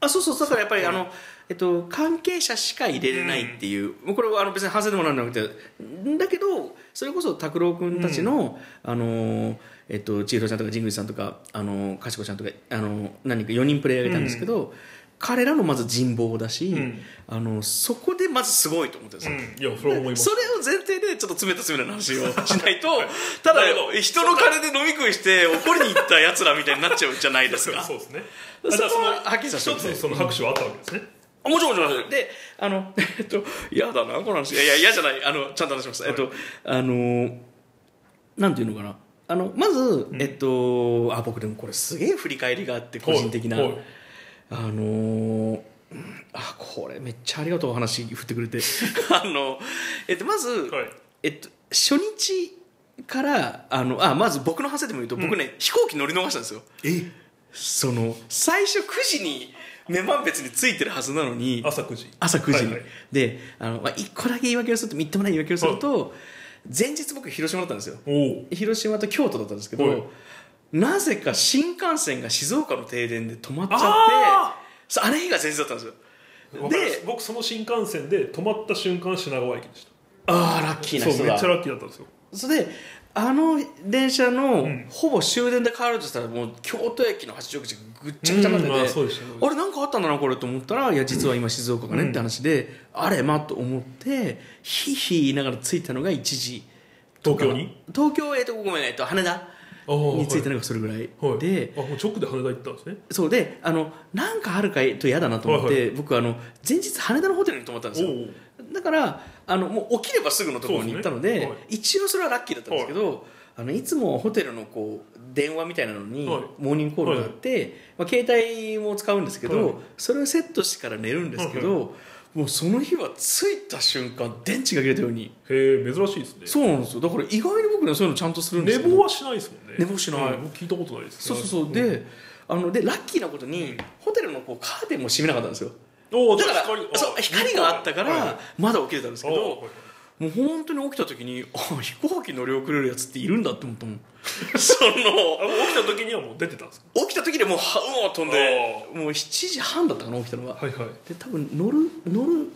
Speaker 1: あそうそうだからやっぱりあの、えっと、関係者しか入れれないっていう、もうこれはあの別に反省でもなんでもなくてだけどそれこそ拓郎君たちの、あのえっと、千尋ちゃんとか神宮さんとかあのかしこちゃんとかあの何人か4人プレイヤーがいたんですけど、彼らのまず人望だし、
Speaker 2: うん
Speaker 1: あのそこでまずすごいと思ってるんですよ
Speaker 2: うん、いやそれは思います
Speaker 1: それを前提でちょっと詰めた詰めた話をしない
Speaker 2: *laughs*
Speaker 1: とただ
Speaker 2: なるほど
Speaker 1: 人の金で飲み食いして怒りに行ったやつらみたいになっちゃうじゃないですか
Speaker 2: そうですね
Speaker 1: そこははっきりさ
Speaker 2: 一
Speaker 1: せてください
Speaker 2: つその拍手はあったわけですね、
Speaker 1: あもちろんもちろんであの *laughs* えっと嫌だなこの話いやいや嫌じゃないあのちゃんと話します、えっとあのなんていうのかなあのまず、えっとあ僕でもこれすげえ振り返りがあって個人的な、
Speaker 2: はいはい
Speaker 1: あのーうんあこれめっちゃありがとうお話振ってくれてあのえっとまず、
Speaker 2: はい
Speaker 1: えっと初日からあのあまず僕の反省でも言うと、僕ね飛行機乗り逃したんですよ
Speaker 2: え
Speaker 1: その最初9時に女満別に着いてるはずなのに
Speaker 2: 朝9時
Speaker 1: 朝9時に、
Speaker 2: はいはい
Speaker 1: であの、まあ、1個だけ言い訳をするとみっともない言い訳をすると、前日僕広島だったんですよ
Speaker 2: おお
Speaker 1: 広島と京都だったんですけ
Speaker 2: はい
Speaker 1: どなぜか新幹線が静岡の停電で止まっちゃって
Speaker 2: あ
Speaker 1: そうあれ日が前日だったんですよ
Speaker 2: わかります
Speaker 1: で
Speaker 2: 僕その新幹線で止まった瞬間品川駅でし
Speaker 1: ああラッキー
Speaker 2: た
Speaker 1: な
Speaker 2: そう
Speaker 1: 人
Speaker 2: め
Speaker 1: だ
Speaker 2: っちゃラッキーだったんですよ
Speaker 1: それであの電車の、
Speaker 2: ん
Speaker 1: ほぼ終電で帰ろうとしたらもう京都駅の八丈口がぐっちゃぐちゃになってて、
Speaker 2: うんあそうでしたね
Speaker 1: あれなんかあったんだなこれと思ったらいや実は今静岡がねって話で、あれまあと思ってひいひい言いながら着いたのが1時
Speaker 2: 東京に
Speaker 1: 東京えっとごめんえっと羽田に着いたのがそれぐらい、
Speaker 2: はい、
Speaker 1: で、
Speaker 2: あもう直で羽田行ったんですね
Speaker 1: そうであのなんかあるかと嫌だなと思って、
Speaker 2: はい
Speaker 1: 僕あの前日羽田のホテルに泊まったんですよ
Speaker 2: おう
Speaker 1: だからあのもう起きればすぐのところに行ったので
Speaker 2: そうですねはい
Speaker 1: 一応それはラッキーだったんですけど、あのいつもホテルのこう電話みたいなのに、
Speaker 2: はい
Speaker 1: モーニングコールがあって、まあ、携帯も使うんですけど、
Speaker 2: はい
Speaker 1: それをセットしてから寝るんですけど、もうその日は着いた瞬間電池が切れたように
Speaker 2: へえ珍しいですね
Speaker 1: そうなんですよだから意外に僕ねそういうのちゃんとするんで
Speaker 2: 寝
Speaker 1: すけど
Speaker 2: 坊はしないですもんね
Speaker 1: 寝坊しない
Speaker 2: うん僕聞いたことないです
Speaker 1: そうそうそう、
Speaker 2: ん
Speaker 1: であのでラッキーなことに、ホテルのこうカーテンも閉めなかったんですよ
Speaker 2: おー
Speaker 1: だ
Speaker 2: じ
Speaker 1: か
Speaker 2: ゃ
Speaker 1: ら
Speaker 2: あ光
Speaker 1: そう光があったか
Speaker 2: はいはい
Speaker 1: らまだ起きれたんですけ
Speaker 2: あー
Speaker 1: ど
Speaker 2: はい
Speaker 1: もう本当に起きた時に *laughs* あ飛行機乗り遅れるやつっているんだって思ったもん *laughs* その
Speaker 2: あもう起きた時にはもう出てたんですか
Speaker 1: 起きた時でもうはうおー飛んでもう7時半だったかな起きたのは、
Speaker 2: はいはい
Speaker 1: で多分乗る乗る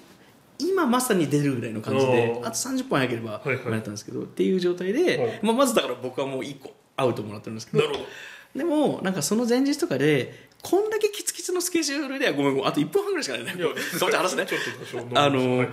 Speaker 1: 今まさに出るぐらいの感じで
Speaker 2: おー
Speaker 1: あと30分早ければ
Speaker 2: いはい
Speaker 1: 間に合ったんですけど、っていう状態で、
Speaker 2: はい
Speaker 1: まあ、まずだから僕はもう1個アウトもらってるんですけど
Speaker 2: なるほど
Speaker 1: でもなんかその前日とかでこんだけキツキツのスケジュールではごめんごめんあと1分半ぐらいしかないね
Speaker 2: いや
Speaker 1: ごめん頑張って話すね
Speaker 2: ちょっと多少飲みます
Speaker 1: あのー
Speaker 2: はい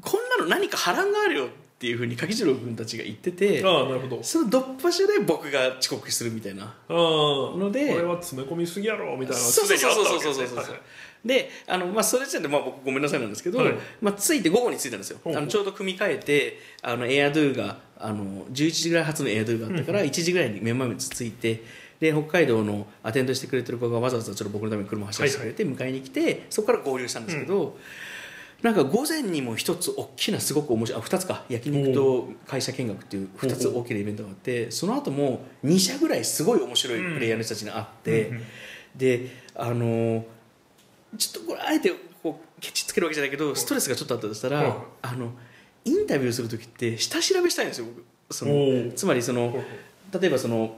Speaker 1: こんなの何か波乱があるよっていうふうに柿次郎君たちが言ってて
Speaker 2: ああなるほど
Speaker 1: そのどっ端で僕が遅刻するみたいな
Speaker 2: ああ
Speaker 1: ので
Speaker 2: これは詰め込みすぎやろみたいな
Speaker 1: そうそうそうそうそうそうそう
Speaker 2: すでにあったわけですね
Speaker 1: であの、まあ、それ時点で、まあ、僕ごめんなさいなんですけど、
Speaker 2: はい
Speaker 1: まあ、着いて午後に着いたんですよ
Speaker 2: ほうほう
Speaker 1: あのちょうど組み替えてあのエアドゥがあの11時ぐらい発のエアドゥがあったから1時ぐらいにメンマメツ着いてで北海道のアテンドしてくれてる子がわざわざちょっと僕のために車を走らせてくれて迎えに来て、そこから合流したんですけど、なんか午前にも一つ大きなすごく面白いあ2つか焼肉と会社見学っていう2つ大きなイベントがあってその後も2社ぐらいすごい面白いプレイヤーの人たちに会って、
Speaker 2: うんうん
Speaker 1: であのーちょっとこれあえてこうケチつけるわけじゃないけどストレスがちょっとあったとしたら、
Speaker 2: はい
Speaker 1: あのインタビューする時って下調べしたいんですよ僕そ
Speaker 2: お
Speaker 1: の
Speaker 2: ー
Speaker 1: つまりその、
Speaker 2: はい
Speaker 1: 例えばその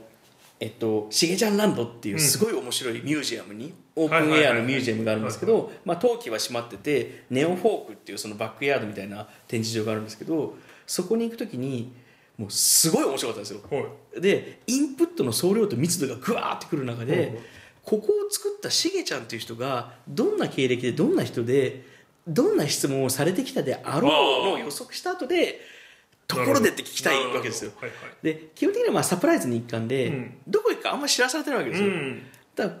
Speaker 1: えっと、しげちゃんランドっていうすごい面白いミュージアムに、オープンエアのミュージアムがあるんですけどまあ冬季は閉まっててネオフォークっていうそのバックヤードみたいな展示場があるんですけどそこに行く時にもうすごい面白かったんですよ
Speaker 2: はい
Speaker 1: でインプットの総量と密度がぐわーってくる中で、
Speaker 2: うん
Speaker 1: ここを作ったしげちゃんという人がどんな経歴でどんな人でどんな質問をされてきたであろうのを予測した後でところでって聞きたいわけですよ
Speaker 2: なるほどはいはい
Speaker 1: で基本的にはまあサプライズに一環で、
Speaker 2: うん
Speaker 1: どこ行くかあんまり知らされてないわけですよ、
Speaker 2: う
Speaker 1: だから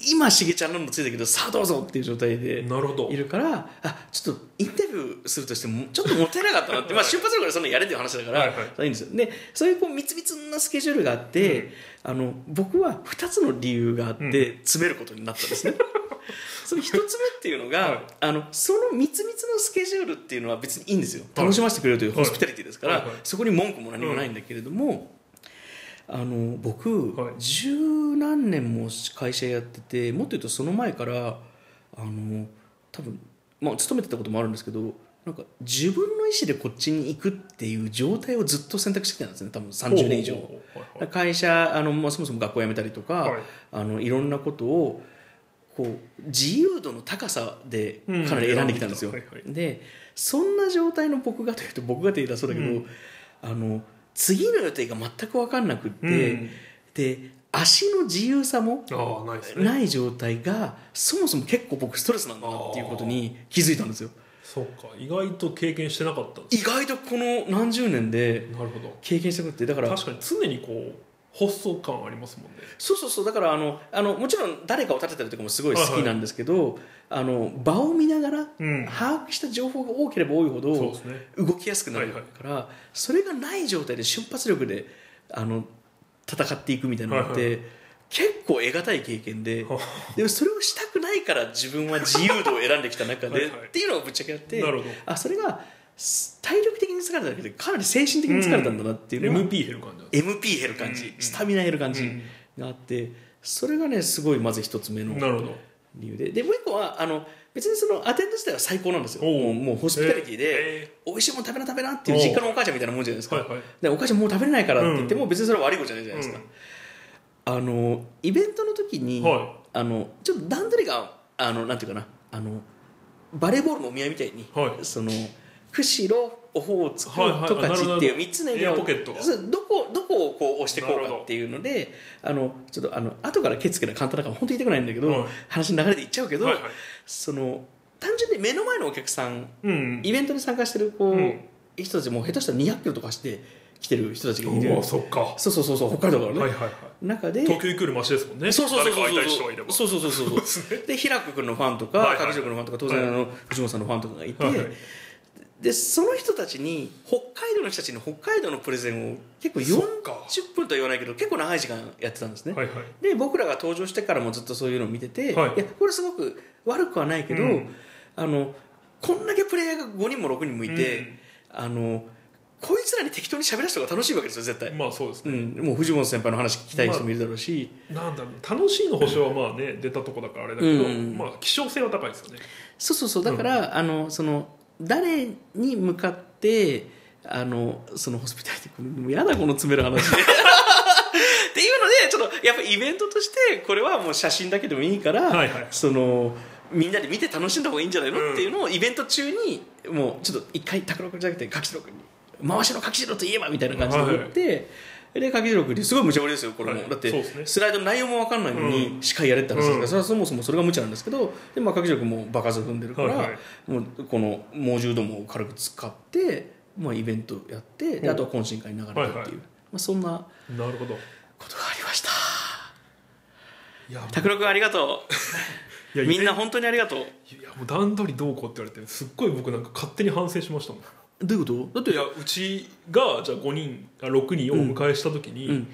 Speaker 1: 今しげちゃんのもついたけどさあどうぞっていう状態で
Speaker 2: んなるほど
Speaker 1: いるからあちょっとインタビューするとしてもちょっともったいなかったな
Speaker 2: *laughs*
Speaker 1: って、まあ、瞬発力でそんなのやれっていう話だから、
Speaker 2: はいはい
Speaker 1: それいいんですよでそういうこう密々なスケジュールがあって、あの僕は2つの理由があって
Speaker 2: うん *laughs*
Speaker 1: 詰めることになったんですね、その一つ目っていうのが、
Speaker 2: はい
Speaker 1: あのその密密のスケジュールっていうのは別にいいんですよ楽しませてくれるという
Speaker 2: はい
Speaker 1: ホスピタリティですから、
Speaker 2: はいはい
Speaker 1: そこに文句も何もないんだけれども、あの僕、
Speaker 2: はい
Speaker 1: 十何年も会社やっててもっと言うとその前からあの多分、まあ、勤めてたこともあるんですけどなんか自分の意思でこっちに行くっていう状態をずっと選択してきたんですね多分30年以上。
Speaker 2: ほうほうほうはいはい
Speaker 1: 会社あの、まあ、そもそも学校辞めたりとか、
Speaker 2: はい
Speaker 1: あのいろんなことをこう自由度の高さでかなり選んできたんですよ。
Speaker 2: うん選んできた
Speaker 1: でそんな状態の僕がというと僕がというとそうだけど、
Speaker 2: うん
Speaker 1: あの次の予定が全く分かんなくって、
Speaker 2: うん
Speaker 1: で足の自由さも
Speaker 2: ああないですね
Speaker 1: ない状態がそもそも結構僕ストレスなんだなっていうことに気づいたんですよ。
Speaker 2: そうか意外と経験してなかったんで
Speaker 1: 意
Speaker 2: す
Speaker 1: 外とこの何十年で
Speaker 2: なるほど
Speaker 1: 経験したことってだから
Speaker 2: 確かに常にこう発想感ありますもんね
Speaker 1: そうそうそうだからあのあのもちろん誰かを立てたりとかもすごい好きなんですけど、あの場を見ながら
Speaker 2: うん
Speaker 1: 把握した情報が多ければ多いほ
Speaker 2: そうで
Speaker 1: ど
Speaker 2: すね
Speaker 1: 動きやすくなる
Speaker 2: はいは
Speaker 1: か
Speaker 2: い
Speaker 1: ら、それがない状態で瞬発力であの戦っていくみたいなのって、
Speaker 2: はい
Speaker 1: 結構得難い経験で
Speaker 2: は
Speaker 1: でもそれをしたくないから自分は自由度を選んできた中で
Speaker 2: *laughs* はいはい
Speaker 1: っていうのがぶっちゃけあって
Speaker 2: *laughs* なるほど
Speaker 1: あそれがす体力的に疲れただけでかなり精神的に疲れたんだなっていうのが、
Speaker 2: MP 減る感じなんで
Speaker 1: MP 減る感
Speaker 2: うん
Speaker 1: じ
Speaker 2: うん
Speaker 1: スタミナ減る感じ、
Speaker 2: うん
Speaker 1: があってそれがねすごいまず一つ目
Speaker 2: す
Speaker 1: の
Speaker 2: ねなるほど
Speaker 1: 理由ででもう一個はあの別にそのアテンド自体は最高なんですよ
Speaker 2: おう
Speaker 1: もうもうホスピタリティで、
Speaker 2: え
Speaker 1: 美味しいもの食べな食べなっていう実家のお母ちゃんみたいなもんじゃないです
Speaker 2: ー
Speaker 1: か、
Speaker 2: はいはい
Speaker 1: でお母ちゃんもう食べれないからって言っても別にそれは悪いことじゃないじゃないですか、あのイベントの時に、
Speaker 2: は
Speaker 1: あのちょっと段取りがあのなんていうかなあのバレーボールのお見合いみたいに、
Speaker 2: はい
Speaker 1: その釧路オホーツク
Speaker 2: はいはい
Speaker 1: 十
Speaker 2: あなるほ
Speaker 1: 勝
Speaker 2: ど
Speaker 1: っていう3つの
Speaker 2: エアポケットが
Speaker 1: そうどこどこをこう押してこうかっていうのであのちょっとあの後からケツけたら簡単だから本当に言いたくないんだけど、
Speaker 2: はい
Speaker 1: 話の流れで言っちゃうけど、
Speaker 2: はいはい
Speaker 1: その単純に目の前のお客さん
Speaker 2: うん
Speaker 1: イベントに参加してるこう、
Speaker 2: うん
Speaker 1: 人たちも下手したら200キロとかして来てる人たちがい
Speaker 2: お
Speaker 1: る
Speaker 2: おそっか
Speaker 1: そうそうそうそう北海道からね、
Speaker 2: はいはいはい
Speaker 1: 中で
Speaker 2: 東京行くよりマシですもんね
Speaker 1: そうそうそうそう
Speaker 2: 誰か会いたい人がいれば
Speaker 1: そうそうそうそうそうで平久君のファンと
Speaker 2: はい
Speaker 1: か
Speaker 2: はい
Speaker 1: 角城君のファンとか当然あの藤本さんのファンとかがいて、
Speaker 2: はいはい
Speaker 1: でその人たちに北海道の人たちに北海道のプレゼンを結構
Speaker 2: そっか
Speaker 1: 40分とは言わないけど結構長い時間やってたんですね、
Speaker 2: はいはい
Speaker 1: で僕らが登場してからもずっとそういうのを見てて、
Speaker 2: はい
Speaker 1: やこれすごく悪くはないけど、
Speaker 2: うん
Speaker 1: あのこんだけプレイヤーが5人も6人もいて、あのこいつらに適当に喋らせた方が楽しいわけですよ絶対、
Speaker 2: まあそうですね
Speaker 1: うん、もう藤本先輩の話聞きたい人もいるだろうし、
Speaker 2: なんだろう楽しいの保証はまあね出たとこだからあれだけど、
Speaker 1: うん
Speaker 2: まあ希少性は高いですよね
Speaker 1: そうそうそうだから、あのその誰に向かってあのそのホスピタリティこれもうやだこの詰める
Speaker 2: *laughs*
Speaker 1: 話っていうのでちょっとやっぱイベントとしてこれはもう写真だけでもいいから、
Speaker 2: はいはい
Speaker 1: そのみんなで見て楽しんだ方がいいんじゃないの、
Speaker 2: うん
Speaker 1: っていうのをイベント中にもうちょっと一回拓郎君じゃなくて柿次郎君に回しの柿次郎といえばみたいな感じで言って。で柿次郎君にすごい無茶ぶりですよこれも、
Speaker 2: はい
Speaker 1: だって、
Speaker 2: そうですね
Speaker 1: スライドの内容も分かんないのに、司会やれって話ですから、
Speaker 2: うん
Speaker 1: それはそもそもそれが無茶なんですけどで、まあ、柿次郎君も場数踏んでるから、
Speaker 2: はいはい
Speaker 1: もうこの猛獣どもを軽く使って、まあ、イベントやってであとは懇親会に流れてっていう、
Speaker 2: はいはい
Speaker 1: まあ、そんな
Speaker 2: なるほど
Speaker 1: ことがありました
Speaker 2: いや
Speaker 1: *laughs* 拓郎君ありがと
Speaker 2: いうや
Speaker 1: みんな本当にありがとう
Speaker 2: いやもう段取りどうこうって言われてすっごい僕なんか勝手に反省しましたもん
Speaker 1: どういうこと
Speaker 2: いやうちがじゃあ5人あ6人をお迎えした時に、
Speaker 1: うんうん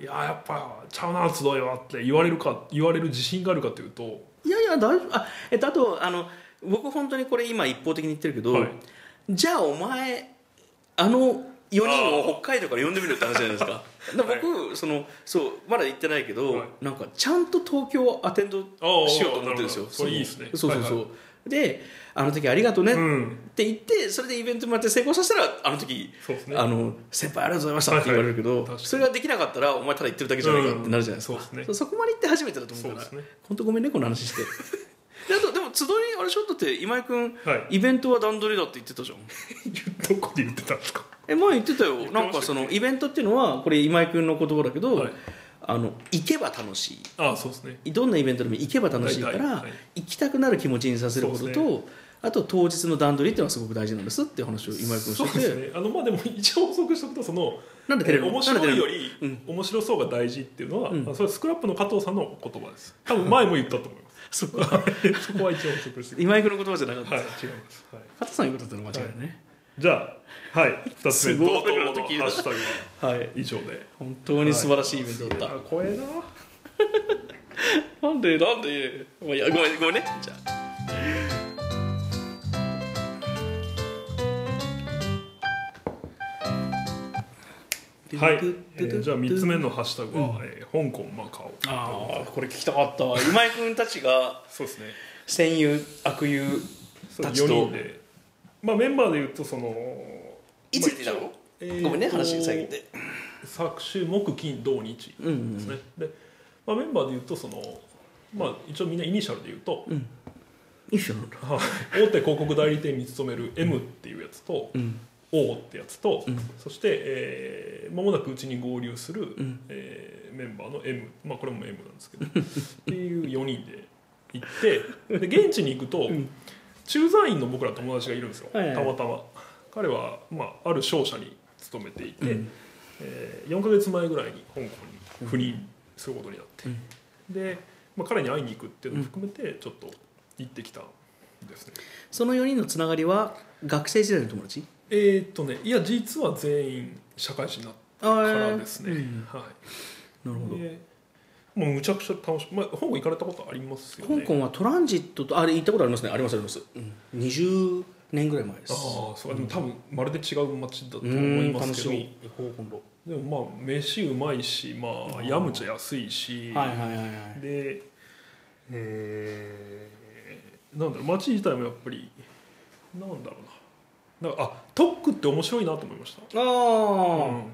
Speaker 2: いややっぱちゃうな集いはって言われるか言われる自信があるかというと
Speaker 1: いやいや大丈夫あ、えっと、あとあの僕本当にこれ今一方的に言ってるけど、
Speaker 2: はい
Speaker 1: じゃあお前あの4人を北海道から呼んでみるって話じゃない
Speaker 2: *laughs*
Speaker 1: ですかだから僕、そのそうまだ行ってないけど、
Speaker 2: はい
Speaker 1: なんかちゃんと東京をアテンドしようと思ってるんですよ
Speaker 2: ああそれいいですね
Speaker 1: そうそうそう、
Speaker 2: は
Speaker 1: であの時ありがとうねっ
Speaker 2: うん
Speaker 1: て言って、それでイベントもやって成功させたらあの時
Speaker 2: そうですね
Speaker 1: あの先輩ありがとうございましたって言われるけど、
Speaker 2: はいはい確かに
Speaker 1: それができなかったらお前ただ言ってるだけじゃないかってなるじゃないですか、
Speaker 2: うんそうですね
Speaker 1: そこまで行って初めてだと思うから
Speaker 2: そうですね
Speaker 1: 本当ごめんねこの話して
Speaker 2: *laughs*
Speaker 1: であとでも集いあれしょだって今井君、
Speaker 2: は
Speaker 1: イベントは段取りだって言ってたじゃん
Speaker 2: *laughs* どこで言ってたんですか
Speaker 1: え前言ってたよ
Speaker 2: ってま
Speaker 1: な
Speaker 2: した
Speaker 1: んかそのイベントっていうのはこれ今井君の言葉だけど、
Speaker 2: はい
Speaker 1: あの行けば楽し
Speaker 2: ああそうですね
Speaker 1: いどんなイベントでも行けば楽しいか
Speaker 2: はいは
Speaker 1: ら
Speaker 2: いはい
Speaker 1: 行きたくなる気持ちにさせること
Speaker 2: そ
Speaker 1: と、
Speaker 2: う
Speaker 1: あと当日の段取りっていうのはすごく大事なんですっていう話を今井君
Speaker 2: そう
Speaker 1: して
Speaker 2: で
Speaker 1: て、
Speaker 2: すねあのまあでも *laughs* 一応補足しておくとその
Speaker 1: なんで照れるの
Speaker 2: 面白いより、
Speaker 1: なんで照れる
Speaker 2: 面白そうが大事っていうのは、
Speaker 1: うん
Speaker 2: あそれはスクラップの加藤さんのお言葉です多分前も言ったと思いま
Speaker 1: そ
Speaker 2: す
Speaker 1: っか
Speaker 2: そこは一応補足して
Speaker 1: *laughs*
Speaker 2: く
Speaker 1: 今井君の言葉じゃなかっ
Speaker 2: だ
Speaker 1: た、
Speaker 2: さいはい違います、はい、
Speaker 1: 加藤さんの言うことだったの間違いないね、
Speaker 2: じゃあはい2つ
Speaker 1: す
Speaker 2: 目
Speaker 1: ごい
Speaker 2: 同等の
Speaker 1: 時々
Speaker 2: ハッシュタグは
Speaker 1: はい
Speaker 2: 以上で
Speaker 1: 本当に素晴らしいイベントだった、
Speaker 2: あ怖えな
Speaker 1: なんでなんでまあいやごめんごめんねじゃあ
Speaker 2: はい、えーじゃあ3つ目のハッシュタグは、えー香港マカオ
Speaker 1: ああこれ聞きたかったわ今井君たちが
Speaker 2: そうですね
Speaker 1: 戦友悪友
Speaker 2: そう
Speaker 1: たち
Speaker 2: 4
Speaker 1: と
Speaker 2: 人でまあメンバーで言うとその
Speaker 1: いついてたの、
Speaker 2: えーと
Speaker 1: ごめんね話遮って
Speaker 2: 昨週木金土日ですね、
Speaker 1: うんうん
Speaker 2: で、まあ、メンバーで言うとそのまあ一応みんなイニシャルで言うと、
Speaker 1: いいっしょ
Speaker 2: はい大手広告代理店に勤める M っていうやつと、
Speaker 1: うん、
Speaker 2: O ってやつと、
Speaker 1: うん
Speaker 2: そして、えー間もなくうちに合流する、
Speaker 1: うん
Speaker 2: えーメンバーの M、まあ、これも M なんですけ
Speaker 1: *laughs*
Speaker 2: どっていう4人で行ってで現地に行くと、
Speaker 1: ん
Speaker 2: 駐在員の僕ら友達がいるんですよ、
Speaker 1: はいはい
Speaker 2: たまたま彼は、まあ、ある商社に勤めていて、
Speaker 1: うん
Speaker 2: え4ヶ月前ぐらいに香港に赴任することになって、で、まあ、彼に会いに行くっていうのも含めてちょっと行ってきたんですね、
Speaker 1: その4人のつながりは学生時代の友達
Speaker 2: えーっとねいや実は全員社会人になってからですね、
Speaker 1: あーうん
Speaker 2: は
Speaker 1: なるほ
Speaker 2: いでもうむちゃくちゃ楽しい、まあ、香港行かれたことありますよ
Speaker 1: ど
Speaker 2: ね
Speaker 1: 香港はトランジットとあれ行ったことありますねありますあります、うん、20年ぐらい前です
Speaker 2: ああそうでも多分まるで違う街だと
Speaker 1: う
Speaker 2: 思
Speaker 1: ん
Speaker 2: いま
Speaker 1: 楽し
Speaker 2: すけど
Speaker 1: み行こう今度
Speaker 2: でもまあ飯うまいしまあやむちゃ安いし、
Speaker 1: はいはいはいはい
Speaker 2: でえーなんだろう街自体もやっぱりなんだろうななんかあトックって面白いなと思いました
Speaker 1: ああ、
Speaker 2: うん、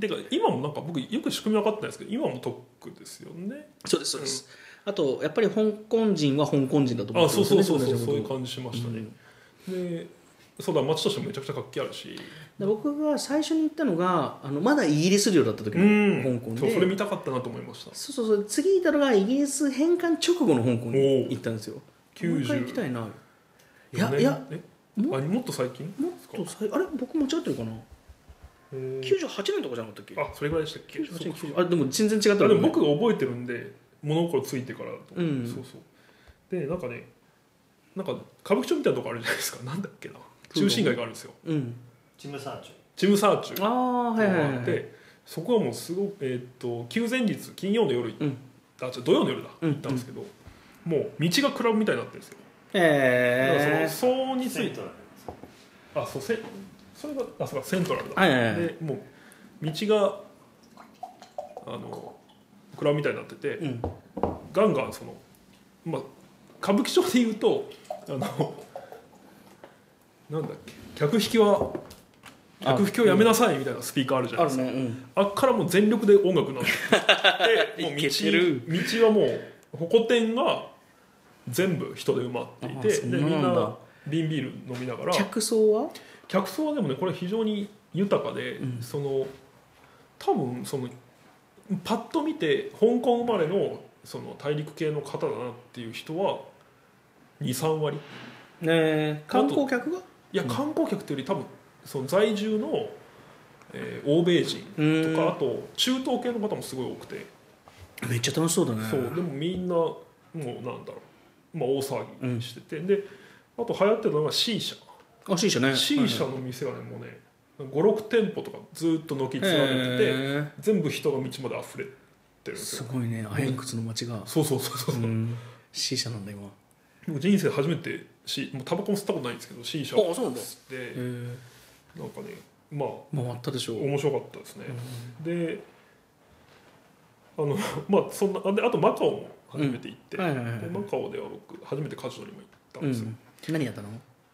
Speaker 2: てか今もなんか僕よく仕組み分かってないですけど今もトックですよね
Speaker 1: そうですそうです、あとやっぱり香港人は香港人だと思
Speaker 2: あそう
Speaker 1: です
Speaker 2: そう
Speaker 1: ね
Speaker 2: そうそう
Speaker 1: 同じ
Speaker 2: そうい
Speaker 1: こ
Speaker 2: う
Speaker 1: とを
Speaker 2: 感じしましたね、でそうだ街としてもめちゃくちゃ活気あるし
Speaker 1: で僕が最初に行ったのがあのまだイギリス領だった時
Speaker 2: う
Speaker 1: の香
Speaker 2: ん
Speaker 1: 港で、
Speaker 2: そうそれ見たかったなと思いました
Speaker 1: そうそうそう次行ったのがイギリス返還直後の香港に行ったんですよ
Speaker 2: おー
Speaker 1: もう一回行きたいないやいや
Speaker 2: え
Speaker 1: も
Speaker 2: あもっと最近
Speaker 1: もっとさいあれ僕間違ってるかな
Speaker 2: へ
Speaker 1: 98
Speaker 2: ー
Speaker 1: 年とかじゃなかったっけ
Speaker 2: あそれぐらいでしたっけ
Speaker 1: 98
Speaker 2: そう
Speaker 1: 年
Speaker 2: か
Speaker 1: 90あでも全然違った
Speaker 2: あ
Speaker 1: のね
Speaker 2: でも僕が覚えてるんで物心ついてからだと、
Speaker 1: うん
Speaker 2: そうそうでなんかねなんか歌舞伎町みたいなとこあるじゃないですかなんだっけな中心街があるんですよ
Speaker 1: うん
Speaker 3: チムサーチ
Speaker 2: チムサーチュ
Speaker 1: ああはいはいはい
Speaker 2: でそこはもうすごくえーっと休前日金曜の夜、
Speaker 1: うん
Speaker 2: あ違う土曜の夜だ
Speaker 1: うん
Speaker 2: 行ったんですけど、もう道がクラブみたいになってるんですよ、だから
Speaker 1: ええ
Speaker 2: その騒音につ
Speaker 3: セ
Speaker 2: い
Speaker 3: ン
Speaker 2: て
Speaker 3: トラ
Speaker 2: あ
Speaker 3: ル
Speaker 2: そうせそれがあそうかセントラルだ、
Speaker 1: はいはいはい
Speaker 2: でもう道があのクラブみたいになってて、
Speaker 1: うん
Speaker 2: ガンガンそのまあ歌舞伎町で言うとあのなんだっけ客引きは
Speaker 1: あ
Speaker 2: 客引きをやめなさいみたいなスピーカーあるじゃな
Speaker 1: あ
Speaker 2: いです
Speaker 1: る
Speaker 2: か
Speaker 1: ねうん
Speaker 2: あっからもう全力で音楽
Speaker 1: *laughs*
Speaker 2: になってもう
Speaker 1: いけてる
Speaker 2: 道道はもうホコ天が全部人で埋まってい
Speaker 1: あ
Speaker 2: て
Speaker 1: そん
Speaker 2: で
Speaker 1: な
Speaker 2: み
Speaker 1: なんだ
Speaker 2: んな瓶ビール飲みながら
Speaker 1: 客層は
Speaker 2: 客層はでもねこれ非常に豊かで、
Speaker 1: うん
Speaker 2: その多分そのパッと見て香港生まれのその大陸系の方だなっていう人は23割
Speaker 1: ねえ観光客が
Speaker 2: いや
Speaker 1: うん
Speaker 2: 観光客というより多分その在住の、えー欧米人
Speaker 1: う
Speaker 2: とかあ
Speaker 1: ん
Speaker 2: と中東系の方もすごい多くて、
Speaker 1: めっちゃ楽しそうだね
Speaker 2: そうでもみんなもうなんだろう、まあ、大騒ぎしてて、であと流行ってるのが C 社
Speaker 1: あ C 社ね
Speaker 2: C 社の店がねもうね56店舗とかずっと軒連ねてて、
Speaker 1: ええ
Speaker 2: 全部人が道まで溢れてるんです
Speaker 1: す
Speaker 2: よ
Speaker 1: ごいねアヘンクツの街が
Speaker 2: そうそうそうそう、
Speaker 1: うん C 社なんだ今
Speaker 2: 僕人生で初めてしもうタバコも吸ったことないんですけど C 社
Speaker 1: あそうなんだ
Speaker 2: 吸って
Speaker 1: え
Speaker 2: なんかねまあ
Speaker 1: え回ったでしょ
Speaker 2: 面白かったですね、であのまあそんなあであとマカオも初めて行って、
Speaker 1: はいはいはい
Speaker 2: でマカオでは僕初めてカジノにも行ったん
Speaker 1: う
Speaker 2: ですよ、
Speaker 1: ん何やったの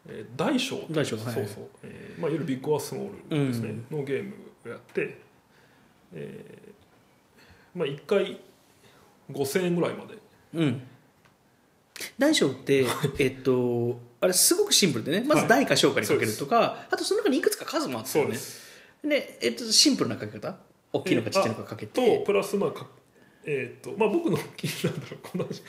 Speaker 2: えー大小って
Speaker 1: 大小はい
Speaker 2: そうそう、えーまあ、いわゆるビッグアスモールですね、のゲームをやって、えーまあ、1回5000円ぐらいまで
Speaker 1: うん大小ってえっとあれすごくシンプルでねま
Speaker 2: は
Speaker 1: ず
Speaker 2: い
Speaker 1: 大か小かにかけるとか、あとその中にいくつか数もあって
Speaker 2: そう
Speaker 1: ね
Speaker 2: です
Speaker 1: で、えっと、シンプルなかけ方大きいのかちっちゃいのかかけ
Speaker 2: と
Speaker 1: て、
Speaker 2: プラスまあかえーとまあ、僕のなんだろうこの話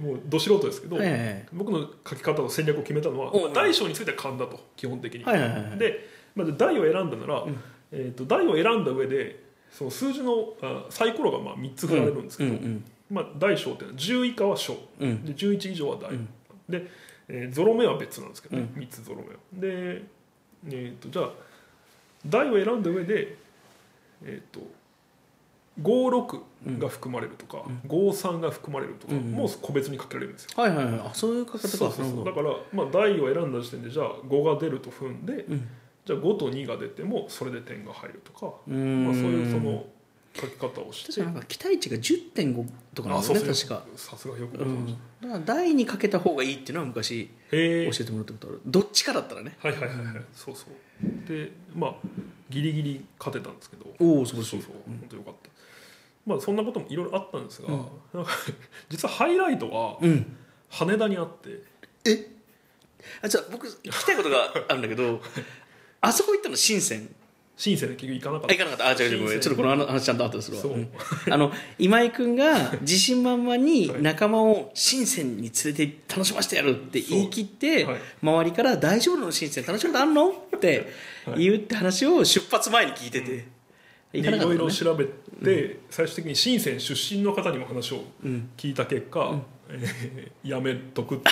Speaker 2: もうど素人ですけど、
Speaker 1: え
Speaker 2: 僕の書き方の戦略を決めたのは、
Speaker 1: おう
Speaker 2: まあ大小については勘だと基本的
Speaker 1: え
Speaker 2: に、
Speaker 1: はいはいはいはい
Speaker 2: で、まあ、大を選んだなら、えー、と大を選んだ上でその数字のあサイコロがまあ3つ振られるんですけど、
Speaker 1: うんうん
Speaker 2: まあ、大小っていうのは10以下は小
Speaker 1: うんうん
Speaker 2: で11以上は大、
Speaker 1: うん
Speaker 2: で、えーゾロ目は別なんですけどね、
Speaker 1: う
Speaker 2: 3つゾロ目はで、えー、とじゃあ台を選んだ上でえっ、と56が含まれるとか、53が含まれるとか、
Speaker 1: うん
Speaker 2: もう個別にかけられるんですよ、
Speaker 1: はいはいはいあそういう書き方か
Speaker 2: そうそう
Speaker 1: な
Speaker 2: そ
Speaker 1: る
Speaker 2: うだから、まあ、台を選んだ時点でじゃあ5が出ると踏んで、
Speaker 1: ん
Speaker 2: じゃあ5と2が出てもそれで点が入るとか、
Speaker 1: ほどうん
Speaker 2: まあ、そういうその書き方をして
Speaker 1: 確かなんか期待値が10.5とかなんだよね
Speaker 2: そう
Speaker 1: 確か
Speaker 2: さすがよくご
Speaker 1: う
Speaker 2: 存
Speaker 1: ん
Speaker 2: 知、
Speaker 1: だから台にかけた方がいいっていうのは昔
Speaker 2: へ
Speaker 1: 教え
Speaker 2: え
Speaker 1: てもらったことあるどっちかだったらね
Speaker 2: はいはいはいはいそうそうでまあギリギリ勝てたんですけど
Speaker 1: おお
Speaker 2: そ
Speaker 1: そうう
Speaker 2: そ
Speaker 1: そうう
Speaker 2: そう
Speaker 1: そう
Speaker 2: 本当よかったまあそんなこともいろいろあったんですが、
Speaker 1: うん
Speaker 2: なんか *laughs* 実はハイライトは
Speaker 1: うん
Speaker 2: 羽田にあって
Speaker 1: あじゃあ僕聞きたいことがあるんだけどあそこ行ったの深セン
Speaker 2: 深センで結局行かなか
Speaker 1: あ
Speaker 2: っ
Speaker 1: 行かなかったあ違う違うごめんちょっとこの話ちゃんと後です
Speaker 2: た
Speaker 1: るわ
Speaker 2: そう、
Speaker 1: うんあの今井君が自信満々に仲間を深センに連れて楽しませてやるって言い切って、
Speaker 2: そうはい
Speaker 1: 周りから「大丈夫なの深セン楽しいことあんの?」って言うって話を出発前に聞いてて、
Speaker 2: でい
Speaker 1: 行かなか
Speaker 2: ろ
Speaker 1: っ
Speaker 2: い
Speaker 1: たの
Speaker 2: ろ
Speaker 1: ね
Speaker 2: 調べて、最終的に深セン出身の方にも話を聞いた結果、えーやめとくって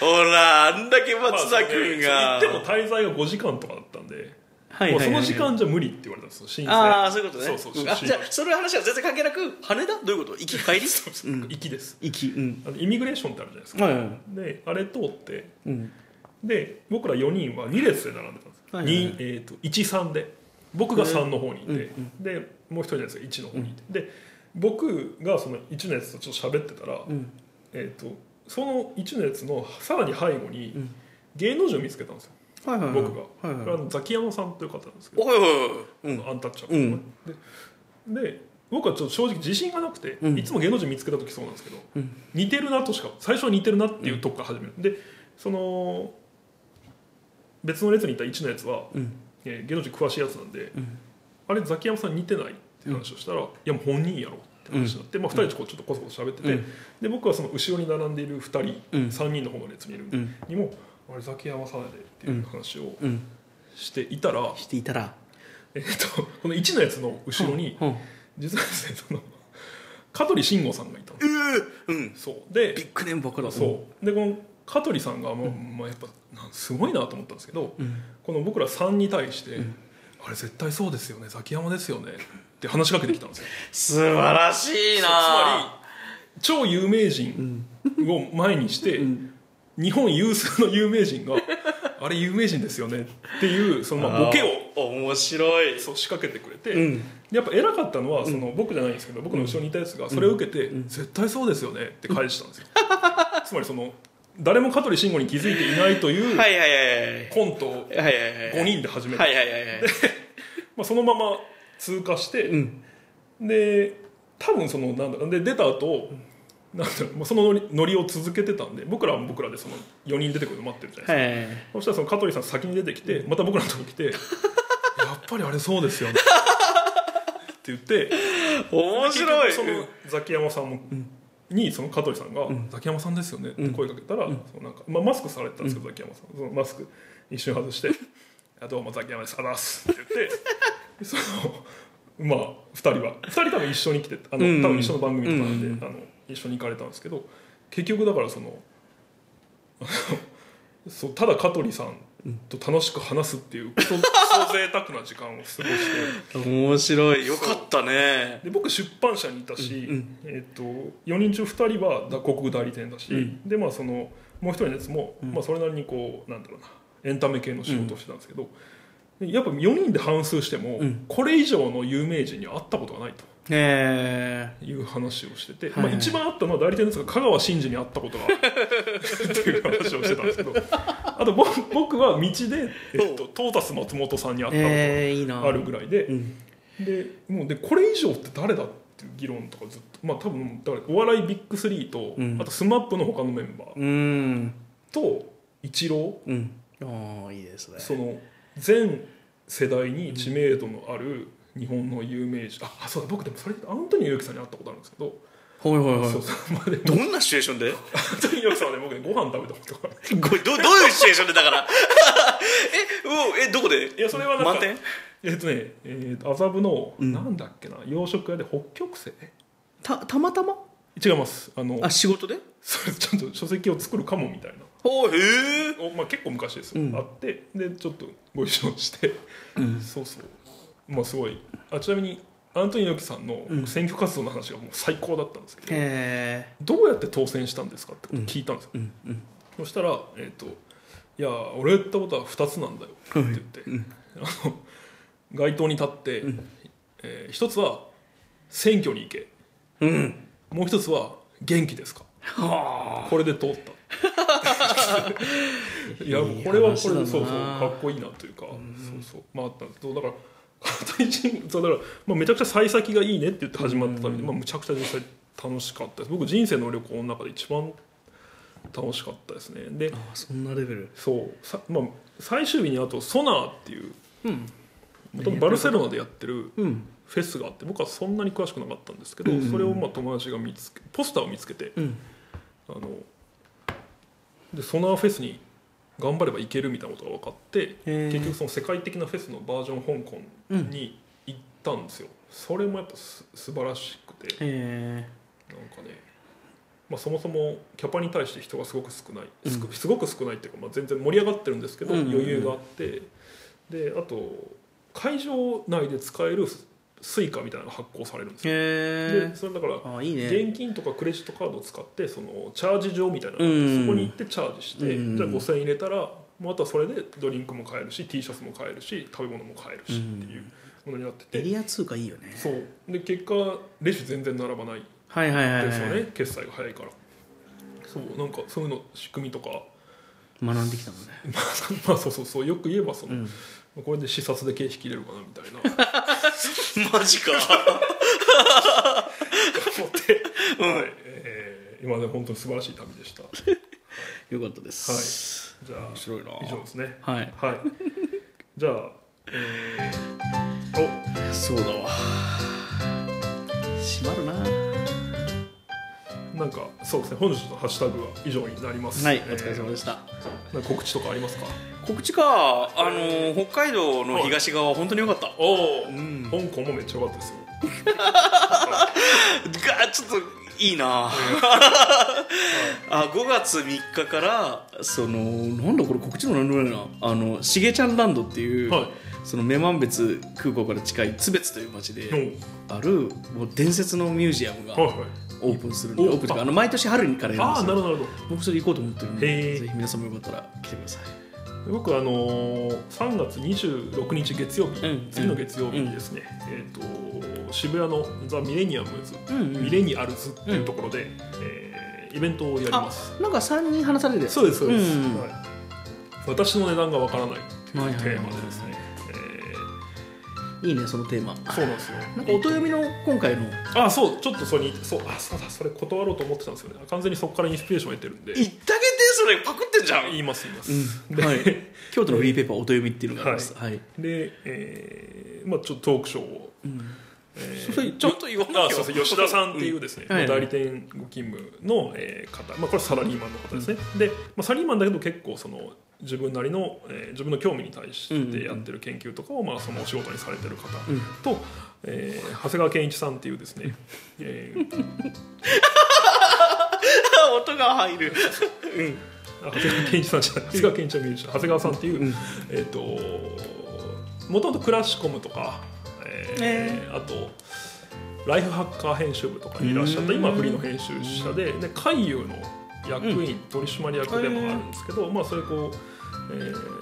Speaker 1: ほらあんだけ松
Speaker 2: まあ
Speaker 1: 田君
Speaker 2: 行
Speaker 1: が、
Speaker 2: っても滞在が5時間とかだったんで、
Speaker 1: はいはいはい
Speaker 2: もうその時間じゃ無理って言われたんですよ新鮮
Speaker 1: ああそういうことね
Speaker 2: そうそう
Speaker 1: うんあ
Speaker 2: 出身
Speaker 1: じゃあその話は全然関係なく羽田どういうこと行
Speaker 2: *laughs*
Speaker 1: き帰りうん
Speaker 2: 行きです
Speaker 1: 行きうん
Speaker 2: あのイミグレーションってあるじゃないですか、
Speaker 1: はいはい
Speaker 2: であれ通って
Speaker 1: うん
Speaker 2: で僕ら4人は2列で並んでたんです、
Speaker 1: はいはいはい
Speaker 2: にえー、と13で僕が3の方にいて、でもう一人のやつが1の方にいて、で僕がその1のやつとちょっと喋ってたら、
Speaker 1: ん
Speaker 2: えー、とその1のやつのさらに背後に芸能人を見つけたんですよ、
Speaker 1: はいはいはい
Speaker 2: 僕が、
Speaker 1: はいはい
Speaker 2: これあのザキヤマさんという方なんですけど
Speaker 1: おいおいおいうん
Speaker 2: アンタッチャ
Speaker 1: う
Speaker 2: ブル
Speaker 1: ん
Speaker 2: でで僕はちょっと正直自信がなくて、
Speaker 1: うん
Speaker 2: いつも芸能人見つけた時そうなんですけど、似てるなとしか最初は似てるなっていうとこから始める、でその別の列にいた1のやつは、
Speaker 1: うん
Speaker 2: えー芸能人詳しいやつなんで、
Speaker 1: ん
Speaker 2: あれザキヤマさん似てないって話をしたら、いやもう本人やろって話になって、まあ、2人でこうちょっとこそこそ喋ってて、
Speaker 1: うん
Speaker 2: で僕はその後ろに並んでいる2人、
Speaker 1: うん
Speaker 2: 3人の方の列にいるんで、
Speaker 1: うん
Speaker 2: にも「あれザキヤマさんやで」っていう話を
Speaker 1: うん
Speaker 2: していたら、
Speaker 1: していたら
Speaker 2: えっと、この1のやつの後ろに、
Speaker 1: うんうん
Speaker 2: 実はですねその香取慎吾さんがいたの
Speaker 1: うん
Speaker 2: そう
Speaker 1: ビ
Speaker 2: で
Speaker 1: ッグネームばっかだ
Speaker 2: そうでこの香取さんが、まあまあ、やっぱなんすごいなと思ったんですけど、
Speaker 1: ん
Speaker 2: この僕ら3に対して、あれ絶対そうですよねザキヤマですよね」って話しかけてきたんですよ
Speaker 1: 素晴らし *laughs* い
Speaker 2: つ
Speaker 1: な
Speaker 2: まり超有名人を前にして、日本有数の有名人が「あれ有名人ですよね」っていうそのまあボケを
Speaker 1: 面白い
Speaker 2: そう仕掛けてくれて、
Speaker 1: うん
Speaker 2: やっぱ偉かったのはその、僕じゃないんですけど僕の後ろにいたやつがそれを受けて、絶対そうですよねって返したんですよ *laughs* つまりその誰も香取慎吾に気づいていないという
Speaker 1: はいはいはいはい
Speaker 2: コントを
Speaker 1: はいはいはい
Speaker 2: 5人で始めて、
Speaker 1: はいはいはいはい
Speaker 2: まあ、そのまま通過して、
Speaker 1: うん
Speaker 2: で多分そのなんだで出た後なんだろうまあそのノリノリを続けてたんで僕らは僕らでその4人出てくるの待ってるじゃないですか、
Speaker 1: はいはいはい
Speaker 2: そしたらその香取さん先に出てきてまた僕らのと
Speaker 1: *laughs*
Speaker 2: こ来て「やっぱりあれそうですよね」って言って。
Speaker 1: 面白い
Speaker 2: そのザキヤマさんも、にその香取さんが「ザキヤマさんですよね」って声かけたら、そのなんかまあ、マスクされてたんですけど、ザキヤマさんそのマスク一瞬外 *laughs* して「あどうもザキヤマですあざっす」って言ってそのまあ2人は2人多分一緒に来てあの、
Speaker 1: うんうん
Speaker 2: 多分一緒の番組とかなんで、あの一緒に行かれたんですけど結局だからその *laughs* あのそうただ香取さんと楽しく話すっていうクソクソ贅沢な時間を過ごして。
Speaker 1: 面白いよかったね
Speaker 2: で僕出版社にいたし、えっと4人中2人は国語代理店だし、でまあそのもう一人のやつも、まあ、それなりにこうなんだろうなエンタメ系の仕事をしてたんですけど、でやっぱ4人で半数しても、
Speaker 1: ん
Speaker 2: これ以上の有名人に会ったことがないと。
Speaker 1: へえ
Speaker 2: いう話をしてて、
Speaker 1: はいはい
Speaker 2: まあ、一番あったのは代理店ですが香川真司に会ったことがあるっていう話をしてたんですけどあと僕僕は道で、えっと、トータス松本さんに会ったことがある
Speaker 1: えーいいな
Speaker 2: あるぐらいで、
Speaker 1: ん
Speaker 2: でもうでこれ以上って誰だっていう議論とかずっとまあ多分だからお笑いビッグスリーと、
Speaker 1: うん
Speaker 2: あと SMAP の他のメンバー
Speaker 1: うん
Speaker 2: とイチロー
Speaker 1: うんああいいですね
Speaker 2: その全世代に知名度のある日本の有名人、ああそうだ僕でもそれでアントニオ猪木さんに会ったことあるんですけど、
Speaker 1: ほいほいほい
Speaker 2: そう *laughs* そうまあでも
Speaker 1: どんなシチュエーション
Speaker 2: *laughs*
Speaker 1: で
Speaker 2: アントニオ猪木さんはね僕ねご飯食べたことがある
Speaker 1: これどどういうシチュエーションでだから *laughs* えうおえどこで
Speaker 2: いやそれはなんか
Speaker 1: 満点
Speaker 2: えっとねえーと麻布の、
Speaker 1: ん
Speaker 2: なんだっけな洋食屋で北極星
Speaker 1: たたまたま
Speaker 2: 違いますあの
Speaker 1: あ仕事で
Speaker 2: それちょっと書籍を作るかもみたいな
Speaker 1: おへえ
Speaker 2: おまあ、結構昔ですよ、
Speaker 1: うん
Speaker 2: あってでちょっとご一緒して、そうそうまあすごいあちなみにアントニオ猪木さんの選挙活動の話がもう最高だったんですけど、
Speaker 1: へ
Speaker 2: どうやって当選したんですかってこと聞いたんですよ、
Speaker 1: えうんうん
Speaker 2: そしたら「えー、といや俺が言ったことは2つなんだよ」って言って、あの街頭に立って、えー一つは「選挙に行け
Speaker 1: うん」
Speaker 2: もう一つは「元気ですか」
Speaker 1: はあ
Speaker 2: これで通
Speaker 1: *laughs*
Speaker 2: ったいや
Speaker 1: いい
Speaker 2: これは
Speaker 1: 話
Speaker 2: これでそ
Speaker 1: だな
Speaker 2: うそうかっこいいなというか、そうそうまああったんですけどだから簡単に人そうだから、まあ、めちゃくちゃ幸先がいいねって言って始まった旅で、まあ、むちゃくちゃ実際楽しかったです僕人生の旅行の中で一番楽しかったですねで
Speaker 1: あそんなレベル
Speaker 2: そうさ、まあ、最終日にあとソナーっていう
Speaker 1: うん
Speaker 2: 元々バルセロナでやってる
Speaker 1: うん
Speaker 2: フェスがあって僕はそんなに詳しくなかったんですけど、
Speaker 1: うん
Speaker 2: それをまあ友達が見つけポスターを見つけて
Speaker 1: うん
Speaker 2: あのでソナーフェスに頑張ればいけるみたいなことが分かって
Speaker 1: へー
Speaker 2: 結局その世界的なフェスのバージョン香港に行ったんですよ、それもやっぱす素晴らしくて
Speaker 1: へ
Speaker 2: なんかね、まあ、そもそもキャパに対して人がすごく少ない、
Speaker 1: うん
Speaker 2: すくすごく少ないっていうか、まあ、全然盛り上がってるんですけど
Speaker 1: うんうんうん
Speaker 2: 余裕があってであと会場内で使えるスイカみたいなのが発行されるんです
Speaker 1: え
Speaker 2: よ、
Speaker 1: へ
Speaker 2: でそれだから
Speaker 1: えあいいね
Speaker 2: 現金とかクレジットカードを使ってそのチャージ場みたいなのがあって
Speaker 1: うん
Speaker 2: そこに行ってチャージして、
Speaker 1: うん
Speaker 2: じゃあ5000円入れたらまたそれでドリンクも買えるし T シャツも買えるし食べ物も買えるしっていうものになってて、
Speaker 1: エリア通貨いいよね
Speaker 2: そうで結果レジ全然並ばない
Speaker 1: はいはいはい、
Speaker 2: ですよ
Speaker 1: はい
Speaker 2: ね決済が早いからそうなんかそういうの仕組みとか *laughs*
Speaker 1: 学んできたもんね
Speaker 2: まあそうそうそうよく言えばその、
Speaker 1: うん
Speaker 2: これで視察で経費切れるかなみたいな思
Speaker 1: *laughs* マ *laughs* ジか
Speaker 2: って、はいえー今まで本当に素晴らしい旅でした
Speaker 1: よかったです、
Speaker 2: じゃあ
Speaker 1: 面白いな
Speaker 2: 以上ですね
Speaker 1: はい
Speaker 2: はい。じゃあ、えー、
Speaker 1: そうだわ閉まるな
Speaker 2: お、なんかそうですね。本日のハッシュタグは以上になります。
Speaker 1: はいお疲れ様で
Speaker 2: し
Speaker 1: した、
Speaker 2: た。なんか告知とかありますか？
Speaker 1: 告知かあの北海道の東側は本当に良かった
Speaker 2: おお、
Speaker 1: ん
Speaker 2: 香港もめっちゃ良かったですよ。
Speaker 1: がちょっといいなあ5月3日からそのなんだこれ告知の何でもないなあのしげちゃんランドっていう、
Speaker 2: はい
Speaker 1: その女満別空港から近い津別という町
Speaker 2: お
Speaker 1: であるもう伝説のミュージアムが
Speaker 2: はいはい。
Speaker 1: オープンするんで
Speaker 2: お
Speaker 1: オープンというかあの毎年春からやるん
Speaker 2: あ
Speaker 1: で
Speaker 2: あ
Speaker 1: す
Speaker 2: な
Speaker 1: よ
Speaker 2: るほどなるほ
Speaker 1: 僕それ行こうと思ってるん
Speaker 2: へ
Speaker 1: で
Speaker 2: ー
Speaker 1: ぜひ皆さんもよかったら来てください
Speaker 2: ど。僕あのー、3月26日月曜日、
Speaker 1: うん
Speaker 2: 次の月曜日にですね、えっ、と渋谷のザミレニアムズ、
Speaker 1: うんうん
Speaker 2: ミレニアルズっていうところで、えーイベントをやります。
Speaker 1: なんか3人話されるやつ
Speaker 2: そうですそうです、
Speaker 1: うん
Speaker 2: はい、私の値段がわからないっていうテーマでですね、
Speaker 1: いいねそのテーマ
Speaker 2: えーそうなんですよ
Speaker 1: なんかお読みの今回の
Speaker 2: あそうちょっとそれにそうあそうだそれ断ろうと思ってたんですよね完全にそこからインスピレーションを得てるんで
Speaker 1: 言ったげてそれパクってんじゃん
Speaker 2: 言います言います、
Speaker 1: うん
Speaker 2: で,、
Speaker 1: はい、京都のフリーペーパー音読みっていうのがあります、はい
Speaker 2: でえーまあ、ちょっとトークショーを、えー
Speaker 1: それちょっと言わな
Speaker 2: あ
Speaker 1: きゃ
Speaker 2: そうそう吉田さんっていうですね、
Speaker 1: うんはい
Speaker 2: 代理店ご勤務の、えー方、まあ、これサラリーマンの方ですね、で、まあ、サラリーマンだけど結構その自分なりの、えー自分の興味に対してやってる研究とかを、まあ、そのお仕事にされてる方と、えー長谷川健一さんっていうで
Speaker 1: *laughs*
Speaker 2: すね、えー
Speaker 1: 音が入る
Speaker 2: あ長谷川健一さんじゃない長谷川健一はミュージシャン長谷川さんっていう、えっ、ともともとクラシコムとか、えー
Speaker 1: え
Speaker 2: あとライフハッカー編集部とかにいらっしゃった
Speaker 1: うん
Speaker 2: 今はフリーの編集者でで海遊の役員、取締役でもあるんですけど、まあそれこう。えー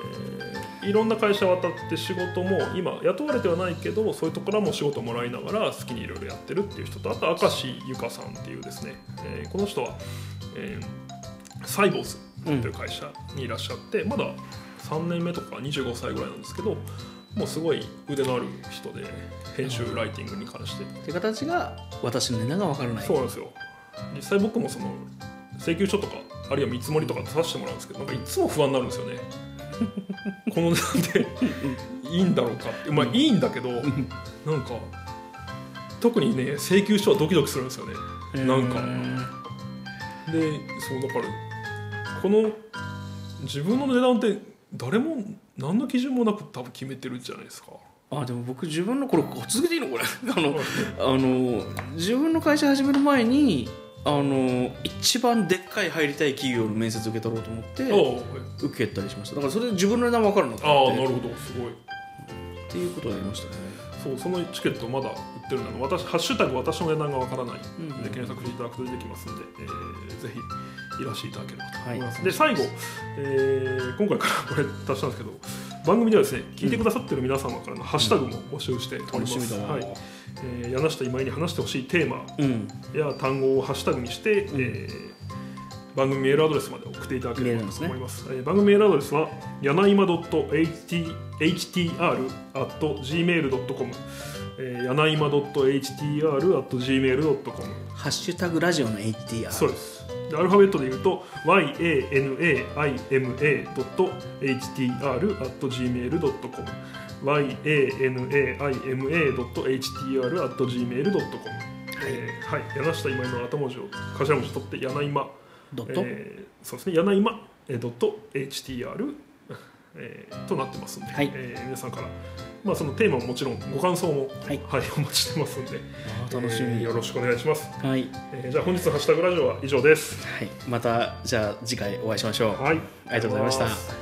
Speaker 2: いろんな会社渡って仕事も今雇われてはないけどそういうところからも仕事もらいながら好きにいろいろやってるっていう人とあと明石由香さんっていうですね、えーこの人は、えーサイボーズという会社にいらっしゃって、まだ3年目とか25歳ぐらいなんですけどもうすごい腕のある人で編集ライティングに関して、
Speaker 1: って形が私の値段が分からない
Speaker 2: そうなんですよ実際僕もその請求書とかあるいは見積もりとか出させてもらうんですけどなんかいつも不安になるんです *laughs* よねこの値段でいいんだろうかってまあいいんだけどなんか特にね請求書はドキドキするんですよねなんか
Speaker 1: か
Speaker 2: でそうだからこの自分の値段って誰も何の基準もなく多分決めてるじゃないですか。
Speaker 1: あでも僕自分のこれ続けていいの *laughs* これあのあの自分の会社始める前にあの一番でっかい入りたい企業の面接受け取ろうと思って受けたりしましただからそれで自分の値段分かるの
Speaker 2: ああ
Speaker 1: か
Speaker 2: な
Speaker 1: っ
Speaker 2: る
Speaker 1: て
Speaker 2: ほどすごい
Speaker 1: っていうことがありましたね
Speaker 2: そうそのチケットまだってるなど私「ハッシュタグ私の値段がわからない」
Speaker 1: うんうん
Speaker 2: で検索していただくと出てきますんで、えーぜひいらしていただければと思います、
Speaker 1: はい
Speaker 2: で最後、えー今回から *laughs* これ足したんですけど番組ではですね聞いてくださってる皆様からのハッシュタグも募集しておりま
Speaker 1: 楽
Speaker 2: す、
Speaker 1: しみだな、
Speaker 2: はいえー、柳下今井に話してほしいテーマ
Speaker 1: うん
Speaker 2: や単語をハッシュタグにして、
Speaker 1: うん
Speaker 2: えー番組メールアドレスまで送っていただければと思いますえー番組メールアドレスは柳今 .htr.gmail.com えー柳今 .htr.gmail.com
Speaker 1: ハッシュタグラジオの HTR
Speaker 2: そうですでアルファベットで言うと yanaima.htr.gmail.com yanaima.htr.gmail.com えーはい、柳下今井の後文字を頭文字取って柳今
Speaker 1: ドット、
Speaker 2: えーそうですね柳今えードット .htr えーとなってますんで、
Speaker 1: はい
Speaker 2: えー皆さんから、まあ、そのテーマももちろんご感想も、
Speaker 1: はい
Speaker 2: お待ちしてますんで
Speaker 1: あー楽し
Speaker 2: え
Speaker 1: み、
Speaker 2: ーよろしくお願いします
Speaker 1: はい、
Speaker 2: えーじゃあ本日のハッシュタグラジオは以上です。
Speaker 1: はい、またじゃあ次回お会いしましょう、
Speaker 2: はい、
Speaker 1: ありがとうございました
Speaker 2: ありがとうございます